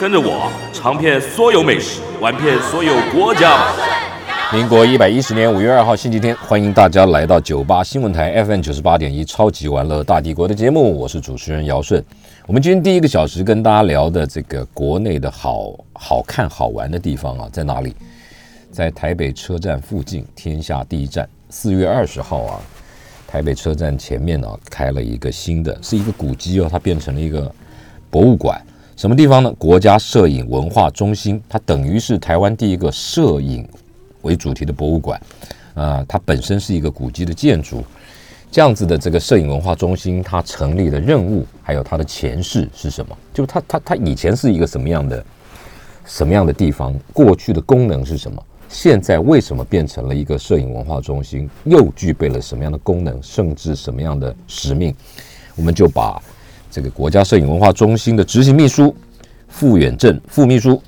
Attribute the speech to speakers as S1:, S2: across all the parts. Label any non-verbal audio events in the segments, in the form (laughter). S1: 跟着我尝遍所有美食，玩遍所有国家吧。
S2: 民国一百一十年五月二号星期天，欢迎大家来到九八新闻台 FM 九十八点一超级玩乐大帝国的节目，我是主持人姚顺。我们今天第一个小时跟大家聊的这个国内的好好看好玩的地方啊，在哪里？在台北车站附近，天下第一站。四月二十号啊，台北车站前面呢、开了一个新的，是一个古迹哦，它变成了一个博物馆。什么地方呢？国家摄影文化中心，它等于是台湾第一个摄影为主题的博物馆，啊、它本身是一个古迹的建筑。这样子的这个摄影文化中心，它成立的任务还有它的前世是什么？就它它它以前是一个什么样的什么样的地方？过去的功能是什么？现在为什么变成了一个摄影文化中心？又具备了什么样的功能，甚至什么样的使命？我们就把这个国家摄影文化中心的执行秘书傅远正副秘书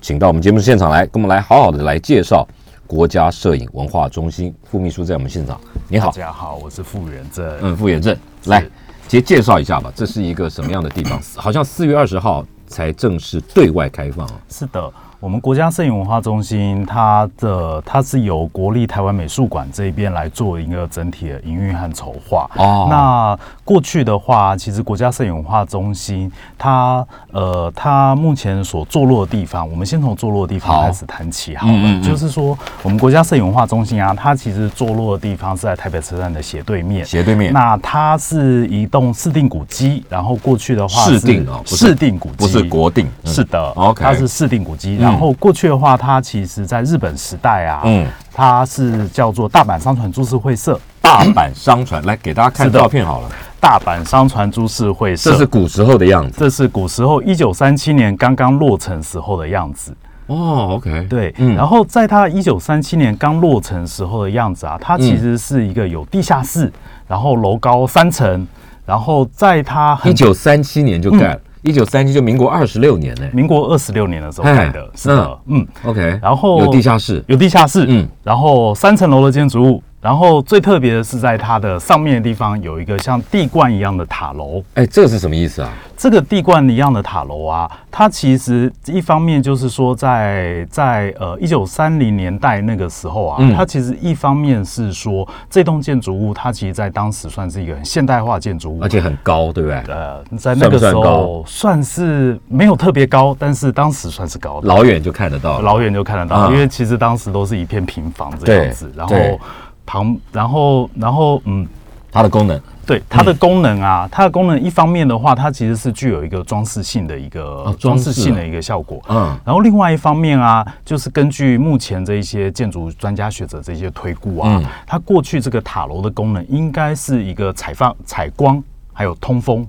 S2: 请到我们节目现场来，跟我们来好好的来介绍国家摄影文化中心。副秘书在我们现场，你好
S3: 大，家好，我是傅元正。
S2: 嗯，傅远正，来，先介绍一下吧，这是一个什么样的地方？好像四月二十号才正式对外开放哦。
S3: 是的，我们国家摄影文化中心，它的它是由国立台湾美术馆这边来做一个整体的营运和筹划。
S2: 哦
S3: 那过去的话，其实国家摄影文化中心，它呃，它目前所坐落的地方，我们先从坐落的地
S2: 好
S3: 方开始谈起好了。
S2: 嗯嗯嗯
S3: 就是说，我们国家摄影文化中心啊，它其实坐落的地方是在台北车站的斜对面。
S2: 斜对面
S3: 那它是一栋市定古迹，然后过去的话
S2: 市
S3: 是
S2: 定哦，不是
S3: 市定古迹
S2: 不是国定，嗯
S3: 是的
S2: ，OK
S3: 它是市定古迹。然后过去的话，它其实在日本时代啊，
S2: 嗯
S3: 它是叫做大阪商船株式会社，
S2: 大阪商船，来给大家看
S3: 是的
S2: 照片好了，
S3: 大阪商船株式会社，
S2: 这是古时候的样子。
S3: 这是古时候一九三七年刚刚落成时候的样子。
S2: 哦，OK，
S3: 对，
S2: 嗯
S3: 然后在它一九三七年刚落成时候的样子啊，它其实是一个有地下室，然后楼高三层，然后在它很
S2: 一九三七年就盖了，一九三七就民国二十六年呢。
S3: 民国二十六年的时候盖的
S2: 哎，
S3: 是的，嗯
S2: OK，
S3: 然后
S2: 有地下室，
S3: 有地下室，
S2: 嗯
S3: 嗯，然后三层楼的建筑物，然后最特别的是在它的上面的地方有一个像地冠一样的塔楼。
S2: 哎，这是什么意思啊？
S3: 这个地冠一样的塔楼啊，它其实一方面就是说在，在呃一九三零年代那个时候啊，
S2: 嗯
S3: 它其实一方面是说这栋建筑物它其实在当时算是一个很现代化建筑物，
S2: 而且很高，对不对？
S3: 呃在那个时候算是没有特别高，但是当时算是高的。
S2: 老远就看得到了。
S3: 老远就看得到，
S2: 嗯
S3: 因为其实当时都是一片平房这样子
S2: 对，
S3: 然
S2: 对
S3: 后旁，然后然后嗯，
S2: 它的功能
S3: 对它
S2: 嗯
S3: 的功能啊，它的功能一方面的话，它其实是具有一个装饰性的一个
S2: 啊装
S3: 装
S2: 饰
S3: 饰性
S2: 啊
S3: 的一个效果。
S2: 嗯
S3: 然后另外一方面啊，就是根据目前这一些建筑专家学者这些推估啊，
S2: 嗯
S3: 它过去这个塔楼的功能应该是一个采放采光还有通风，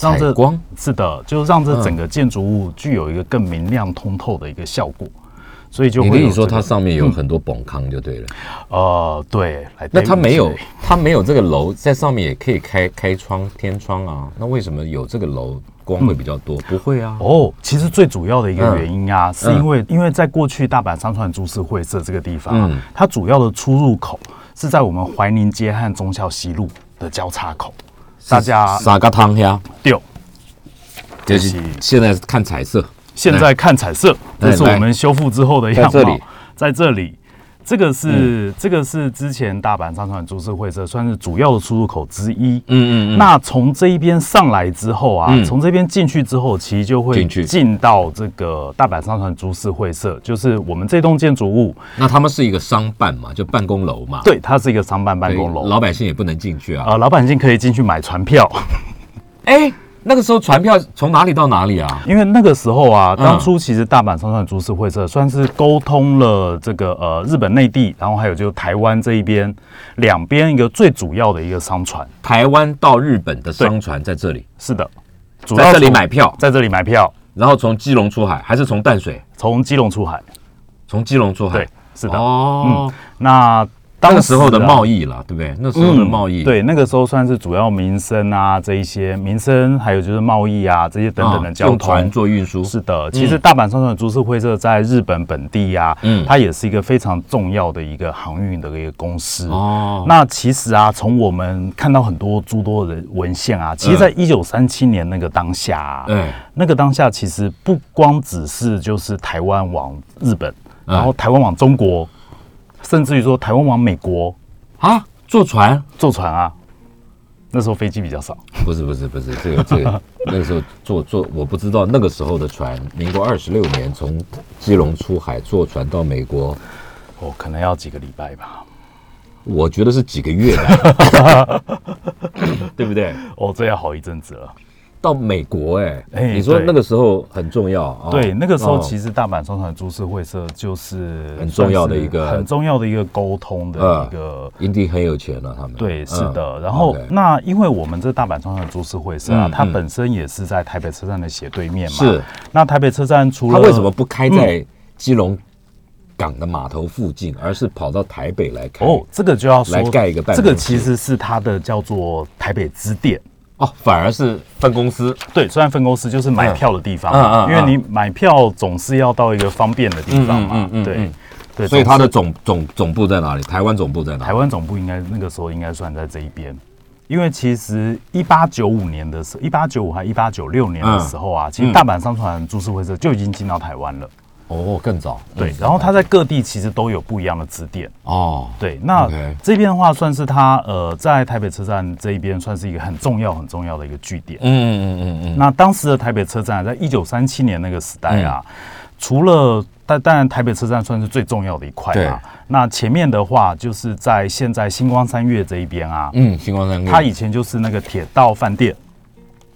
S3: 让
S2: 采
S3: 这
S2: 光
S3: 是的，就是让这
S2: 嗯
S3: 整个建筑物具有一个更明亮通透的一个效果。所以就会
S2: 你
S3: 有
S2: 跟你说
S3: 这
S2: 它
S3: 个
S2: 上面有很嗯多崩康就对了。
S3: 呃，对，来
S2: 那
S3: 对
S2: 它
S3: 不
S2: 没有
S3: 起，
S2: 它没有这个楼在上面也可以开开窗天窗啊？那为什么有这个楼光会比较多？不会啊，
S3: 哦，其实最主要的一个原因啊，是
S2: 嗯
S3: 因为因为在过去大阪商船株式会社这个地方啊、
S2: 嗯
S3: 它主要的出入口是在我们怀宁街和忠孝西路的交叉口，大家
S2: 撒个汤呀，
S3: 六。
S2: 就是现在看彩色，
S3: 现在看彩色，
S2: 来
S3: 这是我们修复之后的样
S2: 在
S3: 貌，
S2: 这里嗯
S3: 在这里这个是、这个是之前大阪商船株式会社算是主要的出入口之一。
S2: 嗯嗯
S3: 那从这一边上来之后啊
S2: 嗯，
S3: 从、这边进去之后，其实就会
S2: 进去
S3: 进到这个大阪商船株式会社，就是我们这栋建筑物，
S2: 那他们是一个商办嘛，就办公楼嘛，
S3: 对，它是一个商办办
S2: 对，
S3: 公楼，
S2: 老百姓也不能进去啊。
S3: 呃，老百姓可以进去买
S2: (laughs)
S3: 船票，
S2: 哎，那个时候船票从哪里到哪里啊？
S3: 因为那个时候啊，
S2: 嗯
S3: 当初其实大阪商船株式会社算是沟通了这个呃日本内地，然后还有就是台湾这一边两边一个最主要的一个商船，
S2: 台湾到日本的商船在这里，
S3: 是的，主
S2: 在这里
S3: 从
S2: 买票，
S3: 在这里买票，
S2: 然后从基隆出海，还是从淡水？
S3: 从基隆出海。
S2: 从基隆出海？
S3: 对，是的。嗯
S2: 哦，
S3: 那
S2: 那个时候的贸
S3: 易。
S2: 易啦，对不对？那时候的贸易，
S3: 嗯
S2: 啊
S3: 对，那个时候算是主要民生啊，这一些民生，还有就是贸易啊，这些等等的
S2: 啊
S3: 交
S2: 用
S3: 通。
S2: 船做嗯运输，
S3: 是的，其实大阪商船株式会社在日本本地呀、
S2: 嗯
S3: 它也是一个非常重要的一个航运的一个公司。
S2: 哦，
S3: 那其实啊，从我们看到很多诸多的文献
S2: 嗯
S3: 啊，其实，在一九三七年那个当下、啊，
S2: 对，
S3: 那个当下其实不光只是就是台湾往日本，
S2: 嗯
S3: 然后台湾往中国，甚至于说台湾往美国
S2: 啊，坐船。
S3: 坐船啊，那时候飞机比较少。
S2: 不是不是不是，这个这 (laughs) 个那个时候坐坐，我不知道那个时候的船，民国二十六年从基隆出海坐船到美国，
S3: 哦，可能要几个礼拜吧。
S2: 我觉得是几个月的， (laughs) 对不对？
S3: 哦，这要好一阵子了。
S2: 到美国哎、
S3: 哎
S2: 你说
S3: 对
S2: 那个时候很重要啊、
S3: 对，那个时候
S2: 哦
S3: 其实大阪商船株式会社就是
S2: 很重要的一个
S3: 算是很重要的一个沟通的
S2: 嗯
S3: 一个。
S2: 印第很有钱了、他们
S3: 对，是
S2: 嗯
S3: 的。然后
S2: OK
S3: 那因为我们这大阪商船株式会社啊
S2: 嗯，
S3: 它
S2: 嗯
S3: 本身也是在台北车站的斜对面嘛。
S2: 是。
S3: 那台北车站除
S2: 他
S3: 了
S2: 为什么不开
S3: 嗯
S2: 在基隆港的码头附近，而是跑到台北来开？
S3: 哦，这个就要说
S2: 来盖一个办
S3: 这个
S2: 公室
S3: 其实是它的叫做台北支店。
S2: 哦，反而是分公司
S3: 对，虽然分公司就是买票的地方
S2: 嗯嗯
S3: 嘛，
S2: 嗯
S3: 因为你买票总是要到一个方便的地方嘛，
S2: 嗯嗯嗯嗯
S3: 对
S2: 嗯，
S3: 对，
S2: 所以它的
S3: 总
S2: 总总总部在哪里？台湾总部在
S3: 是
S2: 哪
S3: 台
S2: 里？
S3: 湾总部应该那个时候应该算在这一边，因为其实一八九五年的时候，一八九五还一八九六年的时候啊，
S2: 嗯
S3: 其实大阪商船株式会社就已经进到台湾了，
S2: 哦，更早。
S3: 对
S2: 嗯，
S3: 然后它在各地其实都有不一样的支点。
S2: 哦，
S3: 对，那
S2: OK
S3: 这边的话，算是它呃，在台北车站这一边算是一个很重要、很重要的一个据点。
S2: 嗯嗯嗯嗯，
S3: 那当时的台北车站啊，在一九三七年那个时代啊，
S2: 嗯
S3: 除了但当然台北车站算是最重要的一块
S2: 对
S3: 嘛。那前面的话，就是在现在星光三月这一边啊，
S2: 嗯，星光三月。
S3: 它以前就是那个铁道饭店。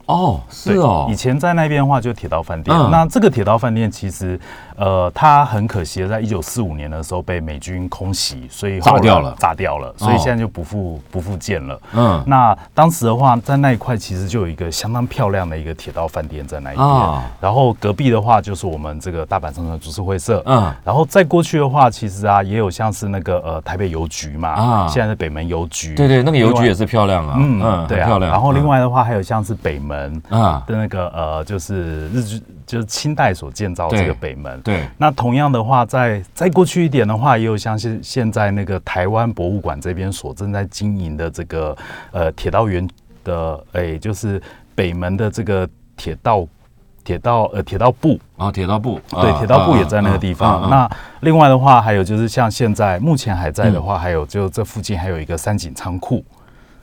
S2: 哦，是
S3: 对
S2: 哦
S3: 以，前在那边的话就是铁道饭店。
S2: 嗯
S3: 那这个铁道饭店其实，呃，它很可惜的，在一九四五年的时候被美军空袭，所以后来
S2: 炸掉了
S3: 炸掉了，所以
S2: 哦
S3: 现在就不复不复建了。
S2: 嗯
S3: 那当时的话，在那一块其实就有一个相当漂亮的一个铁道饭店在那一边，
S2: 啊
S3: 然后隔壁的话就是我们这个大阪商船株式会社，
S2: 嗯
S3: 然后再过去的话，其实啊也有像是那个呃台北邮局嘛，
S2: 啊
S3: 现在是北门邮局，
S2: 对对，那个邮
S3: 另
S2: 局
S3: 外
S2: 也是漂亮啊，
S3: 嗯
S2: 嗯，
S3: 对
S2: 很
S3: 啊，
S2: 漂亮。
S3: 然后另
S2: 嗯
S3: 外的话，还有像是北门
S2: 啊，
S3: 的那个呃，就是日据就是清代所建造的这
S2: 对
S3: 个北门，
S2: 对，
S3: 那同样的话，在再过去一点的话，也有像是现在那个台湾博物馆这边所正在经营的这个呃铁道园的，哎、就是北门的这个铁道铁道呃铁道部，
S2: 然后铁道部，嗯
S3: 对，
S2: 啊
S3: 铁道部也在那个地方。那另外的话，还有就是像现在目前还在的
S2: 嗯
S3: 话，还有就这附近还有一个三井仓库，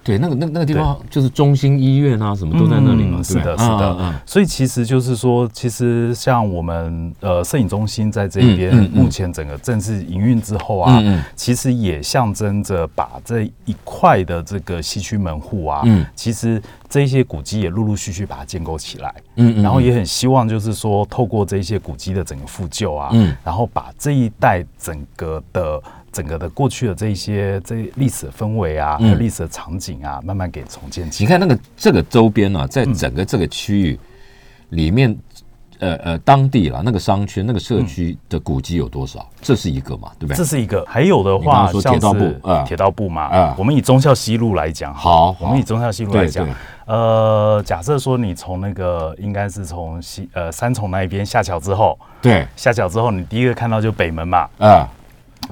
S2: 对那个那那个地方就是中心医院啊，什么都在那里嘛，
S3: 嗯
S2: 对
S3: 是
S2: 不对
S3: 的，是的。
S2: 嗯嗯嗯
S3: 所以其实就是说，其实像我们呃摄影中心在这边，
S2: 嗯嗯嗯
S3: 目前整个正式营运之后啊，
S2: 嗯嗯
S3: 其实也象征着把这一块的这个西区门户啊，
S2: 嗯
S3: 其实这些古迹也陆陆续续把它建构起来。
S2: 嗯嗯，
S3: 然后也很希望，就是说，透过这一些古迹的整个复旧啊，
S2: 嗯
S3: 然后把这一代整个的、整个的过去的这一些这历史的氛围啊，还
S2: 嗯
S3: 有历史的场景啊，慢慢给重建起
S2: 你
S3: 来。
S2: 看那个这个周边啊，在整个这个区域里面，呃呃，当地啦，那个商圈、那个社区的古迹有多少？这是一个嘛，对不
S3: 这
S2: 对？
S3: 是一个。还有的
S2: 你刚
S3: 话
S2: 刚，说
S3: 像
S2: 铁道部
S3: 是
S2: 啊
S3: 铁道部嘛，
S2: 啊
S3: 我们以忠孝西路来讲，
S2: 好
S3: 我们以忠孝西路来讲
S2: 对对，
S3: 呃，假设说你从那个应该是从西呃三重那一边下桥之后，
S2: 对，
S3: 下桥之后你第一个看到就北门嘛，
S2: 啊，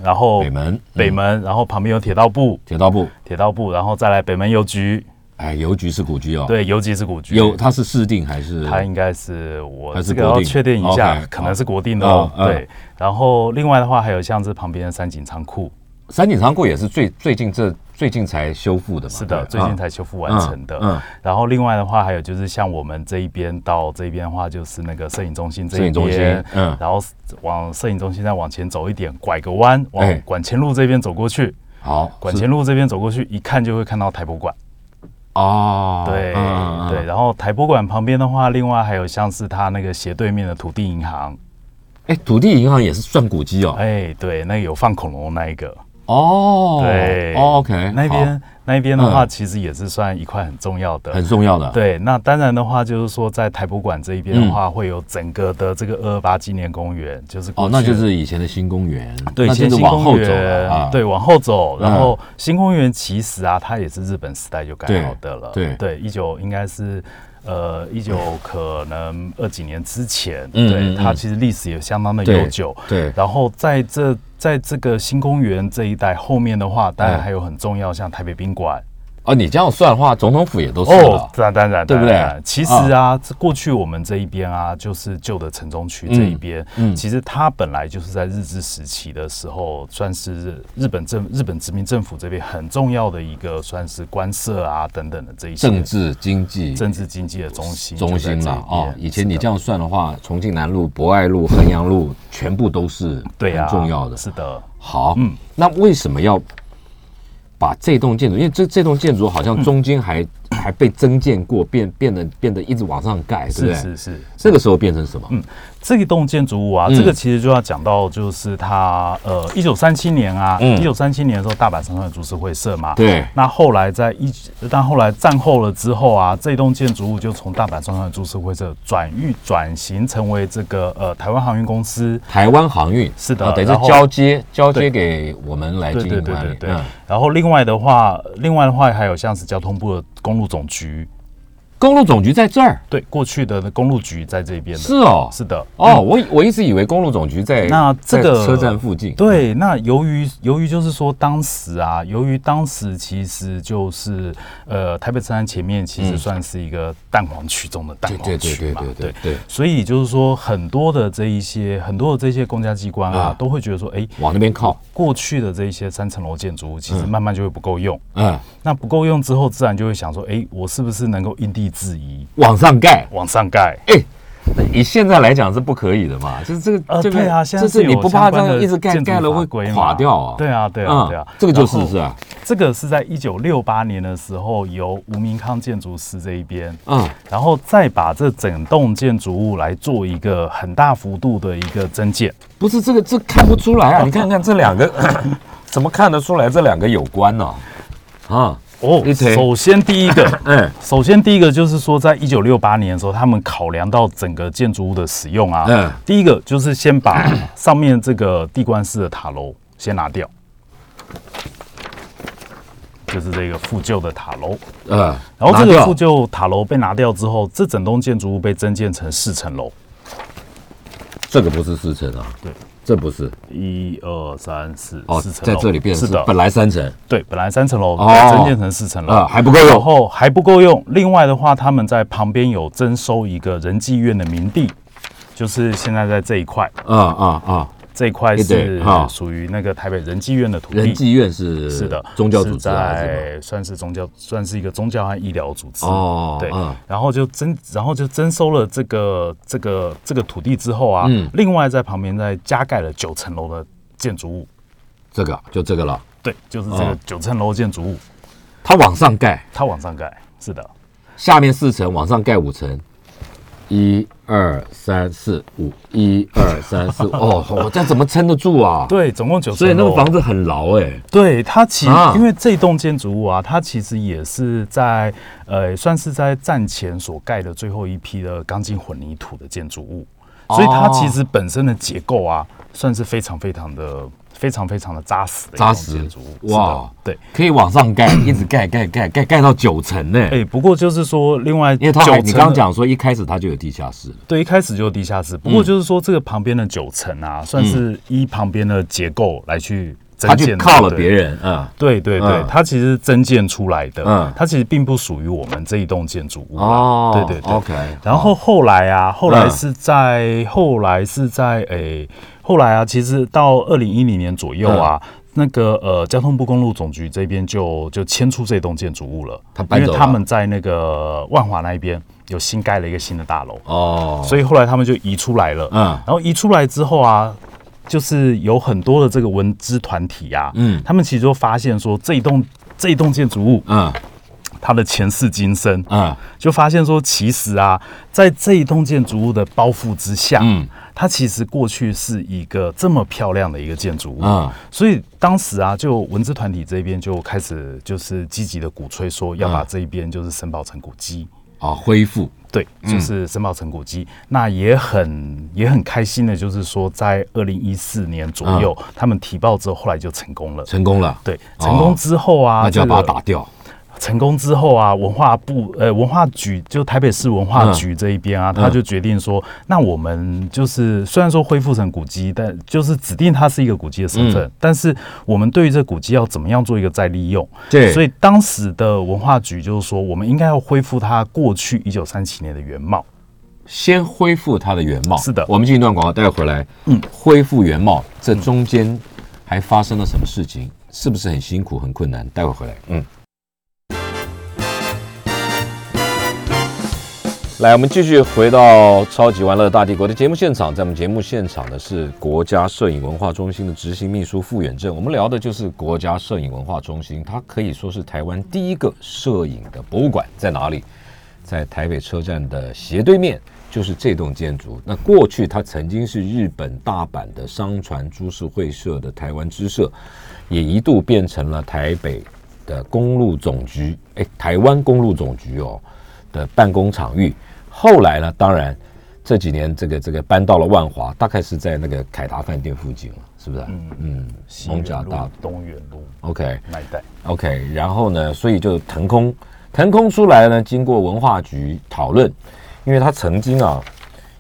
S3: 然后
S2: 北门
S3: 北
S2: 嗯
S3: 门，然后旁边有铁道部，
S2: 铁道部，
S3: 铁道部，然后再来北门邮局，
S2: 哎，邮局是古迹哦，，
S3: 对，邮局是古局，
S2: 有它是市定还是？
S3: 它应该是我
S2: 还是
S3: 这个
S2: 国
S3: 要
S2: 定
S3: 确定一下
S2: OK，，
S3: 可能是国定的哦，
S2: 嗯嗯
S3: 对。然后另外的话，还有像是旁边的三井仓库，
S2: 三井仓库也是最最近这最近才修复的嘛，
S3: 是
S2: 对不
S3: 的，
S2: 对
S3: 最近
S2: 啊
S3: 才修复完成的。
S2: 嗯嗯
S3: 然后另外的话，还有就是像我们这一边到这边的话，就是那个摄影中心这一
S2: 摄影中心
S3: 边，
S2: 嗯
S3: 然后往摄影中心再往前走一点，拐个弯，
S2: 哎
S3: 往管前路这边走过去。
S2: 好
S3: 管
S2: 是
S3: 前路这边走过去，一看就会看到台博馆。
S2: 哦，
S3: 对、
S2: 嗯
S3: 对，，然后台博馆旁边的话，另外还有像是它那个斜对面的土地银行，哎
S2: 哎，土地银行也是算古迹哦，
S3: 哎，对，那个有放恐龙那一个，
S2: 哦，
S3: 对
S2: 哦，OK，
S3: 那
S2: 好
S3: 边那一边的话，
S2: 嗯
S3: 其实也是算一块很重要的。
S2: 很重要的。，
S3: 对，那当然的话，就是说在台博馆这一边的话，会有整个的这个二二八纪念公园，就是
S2: 嗯
S3: 过
S2: 哦，那
S3: 去
S2: 就
S3: 的
S2: 是以前的新公园，
S3: 对，
S2: 那
S3: 先
S2: 真的
S3: 新
S2: 往后
S3: 公
S2: 走
S3: 园
S2: 了啊。
S3: 对，，往后走。然
S2: 嗯
S3: 后新公园其实啊，它也是日本时代就
S2: 对
S3: 盖好的了。
S2: 对
S3: 对，一九应该是呃一九可能二几年之前，
S2: 嗯嗯
S3: 对
S2: 嗯
S3: 它其实历史也相当的
S2: 对
S3: 悠久。
S2: 对，
S3: 然后在这在这个新公园这一带后面的话，当然
S2: 嗯
S3: 还有很重要，像台北宾馆。
S2: 哦，你这样算的话，总统府也都是
S3: 哦
S2: 了，。
S3: 当然当然，
S2: 对不对嗯
S3: 当然其实啊，这过去我们这一边啊，就是旧的城中区这一边，
S2: 嗯嗯
S3: 其实它本来就是在日治时期的时候，算是日本政日本殖民政府这边很重要的一个算是官社啊等等的这一些
S2: 政治经济
S3: 政治经济的中心
S2: 中心了
S3: 了
S2: 哦。以前你这样算的话，重庆南路、博爱路、衡阳路全部都是
S3: 对啊
S2: 很重要的。
S3: 是的，
S2: 好，
S3: 嗯
S2: 那为什么要把这栋建筑？因为这这栋建筑好
S3: 嗯
S2: 像中间还、还被增建过，变变得变得一直往上盖，对不
S3: 是
S2: 对？
S3: 是嗯是。
S2: 这个时候变成什么？
S3: 这一栋建筑物啊，
S2: 嗯
S3: 这个其实就要讲到，就是它呃，一九三七年啊，
S2: 嗯
S3: 一九三七年的时候，大阪神川株式会社嘛，
S2: 对
S3: 那后来在一，但后来战后了之后啊，这栋建筑物就从大阪商船株式会社转运转型成为这个呃台湾航运公司。
S2: 台湾航运
S3: 是的
S2: 啊等于是
S3: 然后
S2: 交接交接
S3: 对
S2: 给我们来
S3: 对
S2: 经
S3: 对
S2: 营
S3: 对
S2: 管
S3: 对
S2: 理。
S3: 对
S2: 嗯，
S3: 然后另外的话，另外的话还有像是交通部的公路总局，
S2: 公路总局在这儿
S3: 对，过去的公路局在这边的，
S2: 是哦，
S3: 是的，嗯
S2: 哦，我以我一直以为公路总局在
S3: 那这个
S2: 在车站附近。
S3: 嗯对，那由于由于就是说当时啊，由于当时其实就是呃台北车站前面其实
S2: 嗯
S3: 算是一个蛋黄区中的蛋
S2: 对
S3: 黄
S2: 对
S3: 区
S2: 对
S3: 嘛
S2: 对，对
S3: 对。
S2: 对，
S3: 所以就是说，很多的这一些很多的这些公家机关啊
S2: 啊，
S3: 都会觉得说，哎，
S2: 往那边靠，
S3: 过去的这一些三层楼建筑物，其实
S2: 嗯
S3: 慢慢就会不够用。
S2: 嗯，
S3: 那不够用之后，自然就会想说，哎，我是不是能够因地制宜
S2: 往上盖。
S3: 往上盖？
S2: 哎，那以现在来讲是不可以的嘛，就是这个
S3: 呃，
S2: 这个
S3: 对啊，现在
S2: 就是你
S3: 有
S2: 不怕
S3: 相
S2: 这
S3: 关
S2: 样
S3: 的
S2: 一直盖
S3: 建筑
S2: 盖了
S3: 法
S2: 会
S3: 规嘛
S2: 垮掉啊？
S3: 对啊，对啊，对啊
S2: 嗯，这个就
S3: 然
S2: 是
S3: 后
S2: 是啊，
S3: 这个是在一九六八年的时候，由吴明康建筑师这一边，
S2: 嗯，
S3: 然后再把这整栋建筑物来做一个很大幅度的一个增建。
S2: 不是这个这看不出
S3: 哦
S2: 来啊，你看看这两个， (coughs) 怎么看得出来这两个有关呢？啊，
S3: 哦
S2: 你睇，
S3: 首先第一个
S2: (laughs) 嗯
S3: 首先第一个就是说，在一九六八年的时候，他们考量到整个建筑物的使用啊，
S2: 嗯
S3: 第一个就是先把上面这个地冠式的塔楼先拿掉。就是这个复旧的塔楼，
S2: 呃，
S3: 然后这
S2: 拿
S3: 个
S2: 掉
S3: 复旧塔楼被拿掉之后，这整栋建筑物被增建成四层楼，
S2: 这个不是四层啊，
S3: 对，
S2: 这不是
S3: 一二三四，
S2: 哦，
S3: 四层楼
S2: 在这里变成
S3: 是
S2: 是
S3: 的，
S2: 本来三层
S3: 对，本来三层楼
S2: 哦
S3: 被增建成四层
S2: 啊，
S3: 楼，
S2: 还不够
S3: 然
S2: 用，
S3: 后还不够用。另外的话，他们在旁边有征收一个人技院的名地，就是现在在这一块，
S2: 啊啊啊，
S3: 这一块
S2: 对对
S3: 是
S2: 哈
S3: 属于那个台北人技院的土
S2: 人
S3: 地。
S2: 技院是
S3: 是的，
S2: 宗教组
S3: 是
S2: 织还是什么？
S3: 在算是宗教，算是一个宗教和医疗组织
S2: 哦
S3: 对
S2: 嗯，
S3: 然后就征，然后就征收了这个这个这个土地之后啊
S2: 嗯，
S3: 另外在旁边再加盖了九层楼的建筑物，
S2: 这个就这个了，
S3: 对，就是这个
S2: 嗯
S3: 九层楼建筑物，
S2: 它往上盖，
S3: 它往上盖，是的，
S2: 下面四层往上盖五层，一二三四五，一二三
S3: (laughs)
S2: 四五，哦，我这样怎么撑得住啊？，
S3: 对，总共九层楼。
S2: 所以那个房子很牢哎、
S3: (coughs) 对它其
S2: 啊
S3: 因为这栋建筑物啊，它其实也是在呃，算是在战前所盖的最后一批的钢筋混凝土的建筑物，所以它
S2: 哦
S3: 其实本身的结构啊，算是非常非常的、非常非常的扎实的一
S2: 扎
S3: 栋
S2: 实
S3: 建筑物。
S2: 哇
S3: 哇，对。
S2: 可以往上盖，一直盖盖盖盖盖到九层呢、
S3: 哎、不过就是说，另外
S2: 因为
S3: 九
S2: 它
S3: 层
S2: 还你刚刚
S3: 的
S2: 讲嗯说一开始它就有地下室了，
S3: 对，一开始就地下室。不过就是说，这个旁边的九层啊，算是依旁边的结构来去增
S2: 嗯它
S3: 建
S2: 就
S3: 的，
S2: 靠了
S3: 对
S2: 别人啊、
S3: 对对对
S2: 嗯，
S3: 它其实是增建出来的，
S2: 嗯
S3: 它其实并不属于我们这一栋建筑物
S2: 嗯。
S3: 啊。
S2: 哦，
S3: 对对对
S2: ，OK。
S3: 然后后来啊，后来
S2: 嗯
S3: 是在后来是在诶，后来啊，其实到二零一零年左右啊。
S2: 嗯
S3: 那个呃，交通部公路总局这边就就迁出这栋建筑物了，
S2: 他搬
S3: 因
S2: 走
S3: 为
S2: 了
S3: 他们在那个万华那一边有新盖了一个新的大楼，
S2: 哦，
S3: 所以后来他们就移出来了。
S2: 嗯
S3: 然后移出来之后啊，就是有很多的这个文资团体啊，
S2: 嗯
S3: 他们其实就发现说这一栋这一栋建筑物
S2: 嗯，
S3: 它的前世今生，
S2: 啊，
S3: 就发现说，其实啊，在这一栋建筑物的包覆之下，
S2: 嗯
S3: 它其实过去是一个这么漂亮的一个建筑物，
S2: 啊
S3: 所以当时啊，就文字团体这边就开始就是积极的鼓吹说，要把
S2: 嗯
S3: 这一边就是申报成古迹。
S2: 啊，恢复
S3: 对，
S2: 嗯
S3: 就是申报成古迹。那也很也很开心的，就是说在二零一四年
S2: 嗯
S3: 左右，他们提报之后，后来就成功了。
S2: 成功了，
S3: 对，成功之后啊，
S2: 哦那就要
S3: 这个
S2: 把它打掉。
S3: 成功之后啊，文化部呃文化局就台北市文
S2: 嗯
S3: 化局这一边啊，他就决定说，那我们就是虽然说恢复成古迹，但就是指定它是一个古迹的身
S2: 嗯
S3: 份，但是我们对于这古迹要怎么样做一个再利用？
S2: 对
S3: 所以当时的文化局就是说，我们应该要恢复它过去一九三七年的原貌。
S2: 先恢复它的原貌。
S3: 是的
S2: 我们进一段广告，待会回来。嗯，恢复原貌，这中间还发生了什么事情？是不是很辛苦、很困难？待会回来。嗯。来，我们继续回到《超级玩乐大帝国》的节目现场，在我们节目现场的是国家摄影文化中心的执行秘书傅远正，我们聊的就是国家摄影文化中心，它可以说是台湾第一个摄影的博物馆，在哪里？在台北车站的斜对面就是这栋建筑。那过去它曾经是日本大阪的商船株式会社的台湾支社，也一度变成了台北的公路总局，哎，台湾公路总局哦的办公场域。后来呢，当然这几年这个这个搬到了万华，大概是在那个凯达饭店附近了，是不是啊？嗯，
S3: 西
S2: 蒙
S3: 园
S2: 甲大
S3: 路、东园路
S2: OK。
S3: 那一带，
S2: OK，然后呢，所以就腾空，腾空出来呢，经过文化局讨论，因为它曾经啊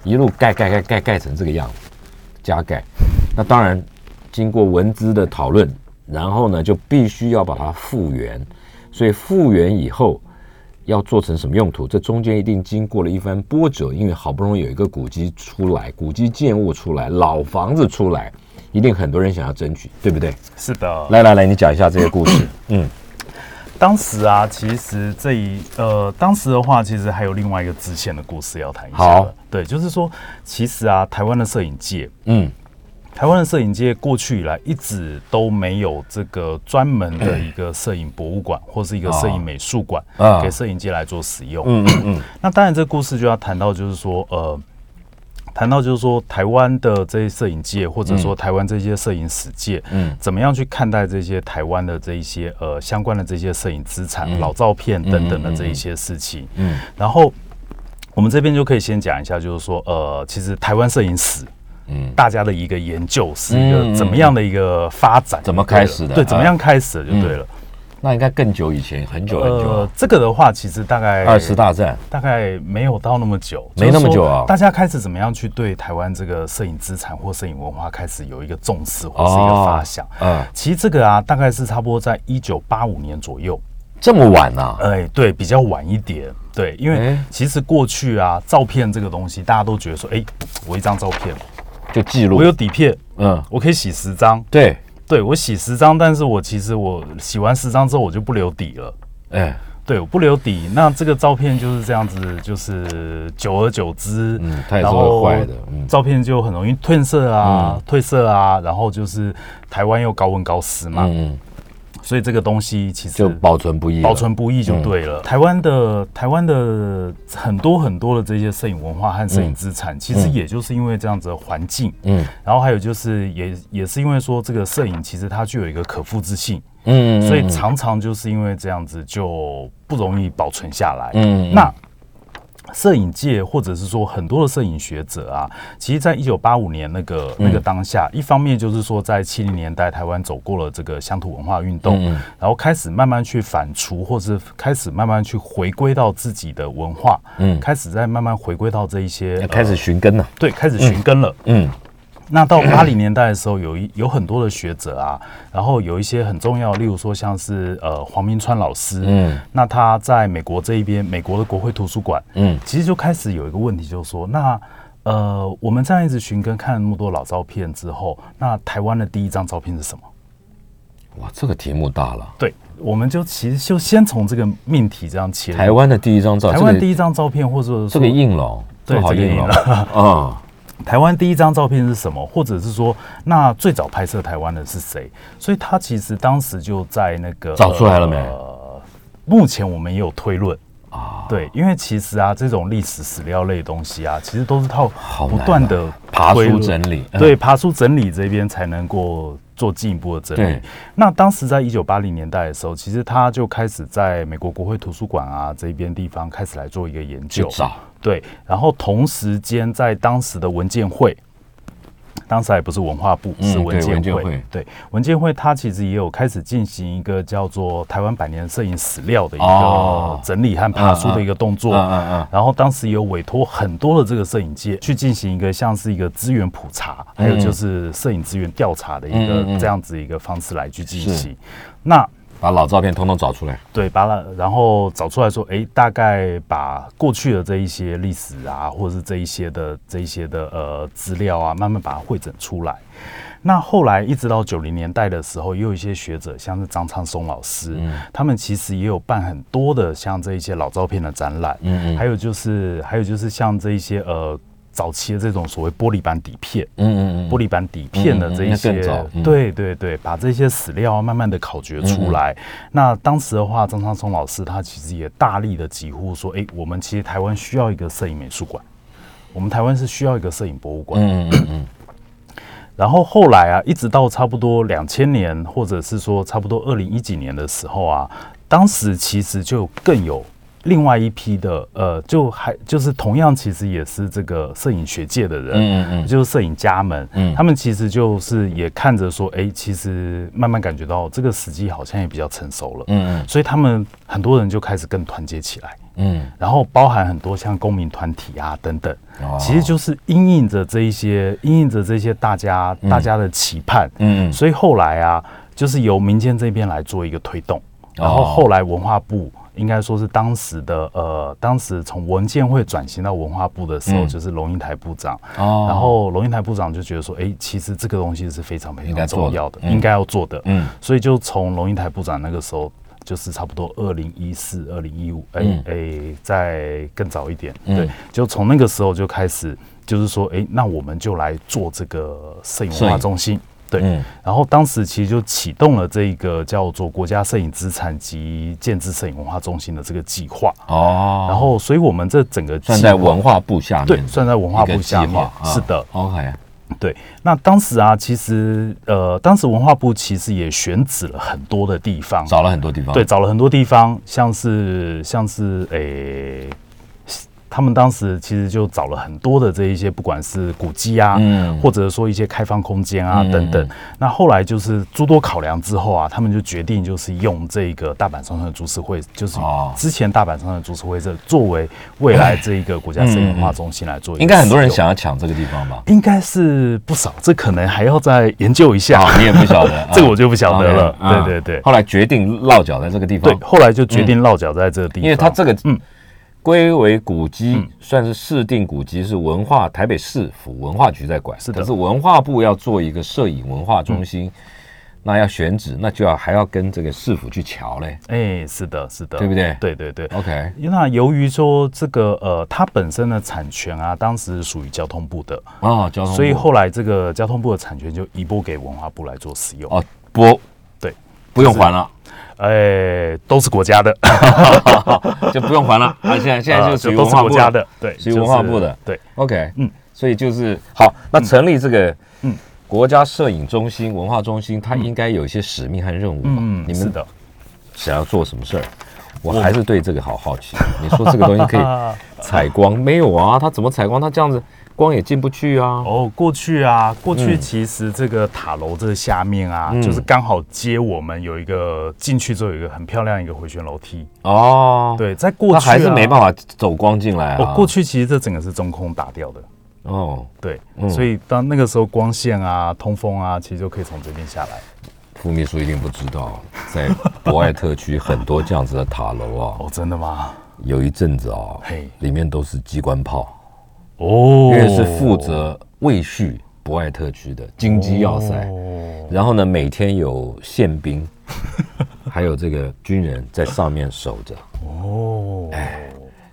S2: 一路盖盖盖盖盖成这个样子，加盖，那当然经过文资的讨论，然后呢就必须要把它复原，所以复原以后要做成什么用途，这中间一定经过了一番波折，因为好不容易有一个古迹出来，古迹建物出来，老房子出来，一定很多人想要争取，对不对？
S3: 是的。
S2: 来来来，你讲一下这个故事。嗯
S3: 当时啊，其实这一呃，当时的话，其实还有另外一个支线的故事要谈一下
S2: 好
S3: 的。对，就是说，其实啊，台湾的摄影界，
S2: 嗯。
S3: 台湾的摄影界过去以来一直都没有这个专门的一个摄影博物馆或是一个摄影美术馆
S2: 啊
S3: 给摄影界来做使用。嗯嗯嗯。那当然，这故事就要谈到，就是说，呃，谈到就是说，台湾的这些摄影界，或者说台湾这些摄影史界，
S2: 嗯
S3: 嗯，怎么样去看待这些台湾的这一些呃相关的这些摄影资产、
S2: 嗯
S3: 老照片等等的这一些事情，嗯，然后我们这边就可以先讲一下，就是说，呃，其实台湾摄影史。嗯，大家的一个研究是一
S2: 嗯嗯
S3: 个
S2: 嗯
S3: 怎么样的一个发展？
S2: 怎么开始的
S3: 对，怎么样开始的就对了。
S2: 那应该更久以前，很久很久
S3: 呃
S2: 了，，
S3: 这个的话其实大概
S2: 二次大战。
S3: 大概没有到那么久，
S2: 没那么久啊
S3: 就是说大家开始怎么样去对台湾这个摄影资产或摄影文化开始有一个重视或是一个发想？
S2: 嗯，
S3: 其实这个啊，大概是差不多在一九八五年左右，
S2: 这么晚啊？
S3: 哎，对，比较晚一点。对，因为
S2: 哎
S3: 其实过去啊，照片这个东西，大家都觉得说，哎，我一张照片，
S2: 嗯就记录
S3: 我。有底片，
S2: 嗯，
S3: 我可以洗十张，
S2: 对，
S3: 对我洗十张，但是我其实我洗完十张之后，我就不留底了。
S2: 哎，
S3: 对，我不留底，那这个照片就是这样子，就是久而久之，
S2: 嗯它也是
S3: 然后
S2: 会坏的嗯
S3: 照片就很容易褪色啊，褪色啊，然后就是台湾又高温高湿嘛，
S2: 嗯，
S3: 所以这个东西其实
S2: 就保存不易了。
S3: 保存不易就对了。嗯台湾的台湾的很多很多的这些摄影文化和摄影资产，其实也就是因为这样子的环境，
S2: 嗯，
S3: 然后还有就是也也是因为说这个摄影其实它具有一个可复制性，
S2: 嗯，嗯，
S3: 所以常常就是因为这样子就不容易保存下来。
S2: 嗯嗯
S3: 那摄影界或者是说很多的摄影学者啊，其实在一九八五年那个
S2: 嗯
S3: 那个当下，一方面就是说在七零年代台湾走过了这个乡土文化运动，
S2: 嗯
S3: 然后开始慢慢去反刍，或是开始慢慢去回归到自己的文化，嗯，开始在慢慢回归到这一些、
S2: 要
S3: 呃
S2: 哎开始寻根了。
S3: 对开始寻根了。
S2: 嗯
S3: 那到八零年代的时候，有一有很多的学者啊，然后有一些很重要，例如说像是呃黄明川老师，
S2: 嗯
S3: 那他在美国这一边，美国的国会图书馆，
S2: 嗯
S3: 其实就开始有一个问题，就是说，那呃我们这样一直寻根看了那么多老照片之后，那台湾的第一张照片是什么？
S2: 哇，这个题目大了。
S3: 对，我们就其实就先从这个命题这样切入。
S2: 台湾的第一张照，
S3: 台
S2: 这
S3: 湾第
S2: 个
S3: 一张照片，或者说
S2: 这个硬了哦，
S3: 对
S2: 这好
S3: 这个
S2: 硬
S3: 硬
S2: 了哦。 (laughs) 啊，
S3: (laughs) 台湾第一张照片是什么，或者是说，那最早拍摄台湾的是谁？所以他其实当时就在那个
S2: 找出来了没
S3: 呃目前我们也有推论啊，对，因为其实啊，这种历史史料类的东西啊，其实都是靠不
S2: 难
S3: 断
S2: 啊
S3: 的
S2: 爬书整理，嗯
S3: 对，爬书整理这边才能够做进一步的整理
S2: 对。
S3: 那当时在一九八零年代的时候，其实他就开始在美国国会图书馆啊这边地方开始来做一个研
S2: 去
S3: 究，
S2: 找
S3: 对，然后同时间在当时的文件会。当时还不是文化部，
S2: 嗯
S3: 是文
S2: 对
S3: 建
S2: 文建
S3: 会
S2: 会。
S3: 对，文建会它其实也有开始进行一个叫做台湾百年摄影史料的一
S2: 哦
S3: 个整理和爬书的一个动作。
S2: 嗯嗯嗯嗯
S3: 然后当时也有委托很多的这个摄影界去进行一个像是一个资源普查，还有就是摄影资源调查的一个
S2: 嗯嗯嗯
S3: 这样子一个方式来去进
S2: 是
S3: 行。那
S2: 把老照片通通找出来，
S3: 对，把它然后找出来说，哎，大概把过去的这一些历史啊，或者是这一些的这一些的呃资料啊，慢慢把它汇整出来。那后来一直到九零年代的时候，也有一些学者，像是张昌松老师，
S2: 嗯
S3: 他们其实也有办很多的像这一些老照片的展览，
S2: 嗯嗯
S3: 还有就是还有就是像这一些呃早期的这种所谓玻璃板底片，
S2: 嗯嗯嗯，
S3: 玻璃板底片的这
S2: 嗯
S3: 一
S2: 嗯嗯那更
S3: 些
S2: 早嗯，
S3: 对对对，把这些史料慢慢的考掘出来。
S2: 嗯
S3: 那当时的话，张昌松老师他其实也大力的疾呼说，哎，我们其实台湾需要一个摄影美术馆，我们台湾是需要一个摄影博物馆。
S2: 嗯嗯嗯
S3: 然后后来啊，一直到差不多两千年，或者是说差不多二零一几年的时候啊，当时其实就更有另外一批的，呃，就还就是同样其实也是这个摄影学界的人，
S2: 嗯嗯嗯，
S3: 就是摄影家们，
S2: 嗯
S3: 他们其实就是也看着说，哎、其实慢慢感觉到这个时机好像也比较成熟了，
S2: 嗯
S3: 所以他们很多人就开始更团结起来，
S2: 嗯
S3: 然后包含很多像公民团体啊等等，
S2: 哦
S3: 其实就是因应着这一些，因应着这些大家
S2: 嗯
S3: 大家的期盼，
S2: 嗯嗯，
S3: 所以后来啊，就是由民间这边来做一个推动，然
S2: 哦
S3: 后后来文化部。应该说是当时的呃，当时从文建会转型到文化部的时候，
S2: 嗯
S3: 就是龙应台部长，
S2: 哦
S3: 然后龙应台部长就觉得说，哎、其实这个东西是非常非
S2: 应该
S3: 常
S2: 做的
S3: 重要的，
S2: 嗯
S3: 应该要做的。
S2: 嗯
S3: 所以就从龙应台部长那个时候，就是差不多二零一四、二零一五，哎
S2: 嗯
S3: 哎，再更早一点，
S2: 嗯
S3: 对，就从那个时候就开始，就是说，哎、那我们就来做这个摄影文
S2: 摄
S3: 化
S2: 影
S3: 中心。对，
S2: 嗯
S3: 然后当时其实就启动了这一个叫做国家摄影资产及建制摄影文化中心的这个计划。
S2: 哦，
S3: 然后，所以我们这整个
S2: 算
S3: 计
S2: 在
S3: 划
S2: 文化部下面，
S3: 对算在文化部下面
S2: 一个计划啊
S3: 是的
S2: ，OK，
S3: 对，那当时啊，其实呃，当时文化部其实也选址了很多的地方，
S2: 找了很多地方，
S3: 对，找了很多地方，像是像是诶、他们当时其实就找了很多的这一些，不管是古迹啊，
S2: 嗯
S3: 或者说一些开放空间啊、
S2: 嗯
S3: 等等。那后来就是诸多考量之后啊，他们就决定就是用这个大阪商圈的株式会，就是
S2: 哦
S3: 之前大阪商圈的株式会社作为未
S2: (clears throat)
S3: 来这一个国家摄影文化中心来做一个
S2: 应该很多人
S3: 使用
S2: 想要抢这个地方
S3: (laughs)
S2: 吧？
S3: 应该是不少，这可能还要再研究一下。，
S2: 啊，你也不晓得
S3: (laughs) 这个我就不晓得了
S2: OK，啊
S3: 对对对
S2: 后来决定落脚在这个地方
S3: 对，，后来就决定落脚在这个地方，
S2: 因为它这个
S3: 嗯
S2: 归为古迹，算是市定古迹，是文化台北市府文化局在管。
S3: 是的嗯
S2: 可是文化部要做一个摄影文化中心，那要选址，那就要还要跟这个市府去瞧嘞。
S3: 哎、是的，是的，
S2: 对不对
S3: 对对对。
S2: OK，
S3: 那由于说这个呃，它本身的产权啊，当时属于交通部的，
S2: 哦，交通部，
S3: 所以后来这个交通部的产权就移拨给文化部来做使用。
S2: 哦不
S3: 对，
S2: 不用还了，
S3: 哎、都是国家的，
S2: 就不用还了啊！现在现在就
S3: 呃
S2: 属于
S3: (laughs) 都
S2: 文
S3: 是
S2: 化
S3: 国
S2: 部
S3: 家的，对，
S2: 属于
S3: 就是
S2: 文化部的
S3: 对，
S2: OK，
S3: 嗯，
S2: 所以就是好，那成立这个嗯
S3: 嗯
S2: 国家摄影中心、文化中心，它应该有一些使命和任务吧？
S3: 嗯，
S2: 你
S3: 是
S2: 们
S3: 的，
S2: 想要做什么事儿？我还是对这个好好奇。你说这个东西可
S3: 啊
S2: 以 (laughs) 采光？没有啊，它怎么采光？它这样子光也进不去啊。
S3: 哦，过去啊，过去
S2: 嗯
S3: 其实这个塔楼这下面啊，
S2: 嗯
S3: 就是刚好接我们有一个进去之后有一个很漂亮一个回旋楼梯。
S2: 哦，，
S3: 对，在过去、
S2: 它
S3: 啊、
S2: 还是没办法走光进来啊。
S3: 哦，过去其实这整个是中空打掉的。
S2: 哦，
S3: 对，
S2: 嗯
S3: 所以当那个时候光线啊、通风啊，其实就可以从这边下来。
S2: 傅秘书一定不知道，在博爱特区很多这样子的塔楼啊，
S3: 哦，真的吗？
S2: 有一阵子啊
S3: 嘿，
S2: 里面都是机关炮。因
S3: 哦
S2: 为是负责卫戍博爱特区的经济要塞，
S3: 哦
S2: 然后呢，每天有宪
S3: (laughs)
S2: 兵，还有这个军人在上面守
S3: (laughs)
S2: 着。
S3: 哦，
S2: 哎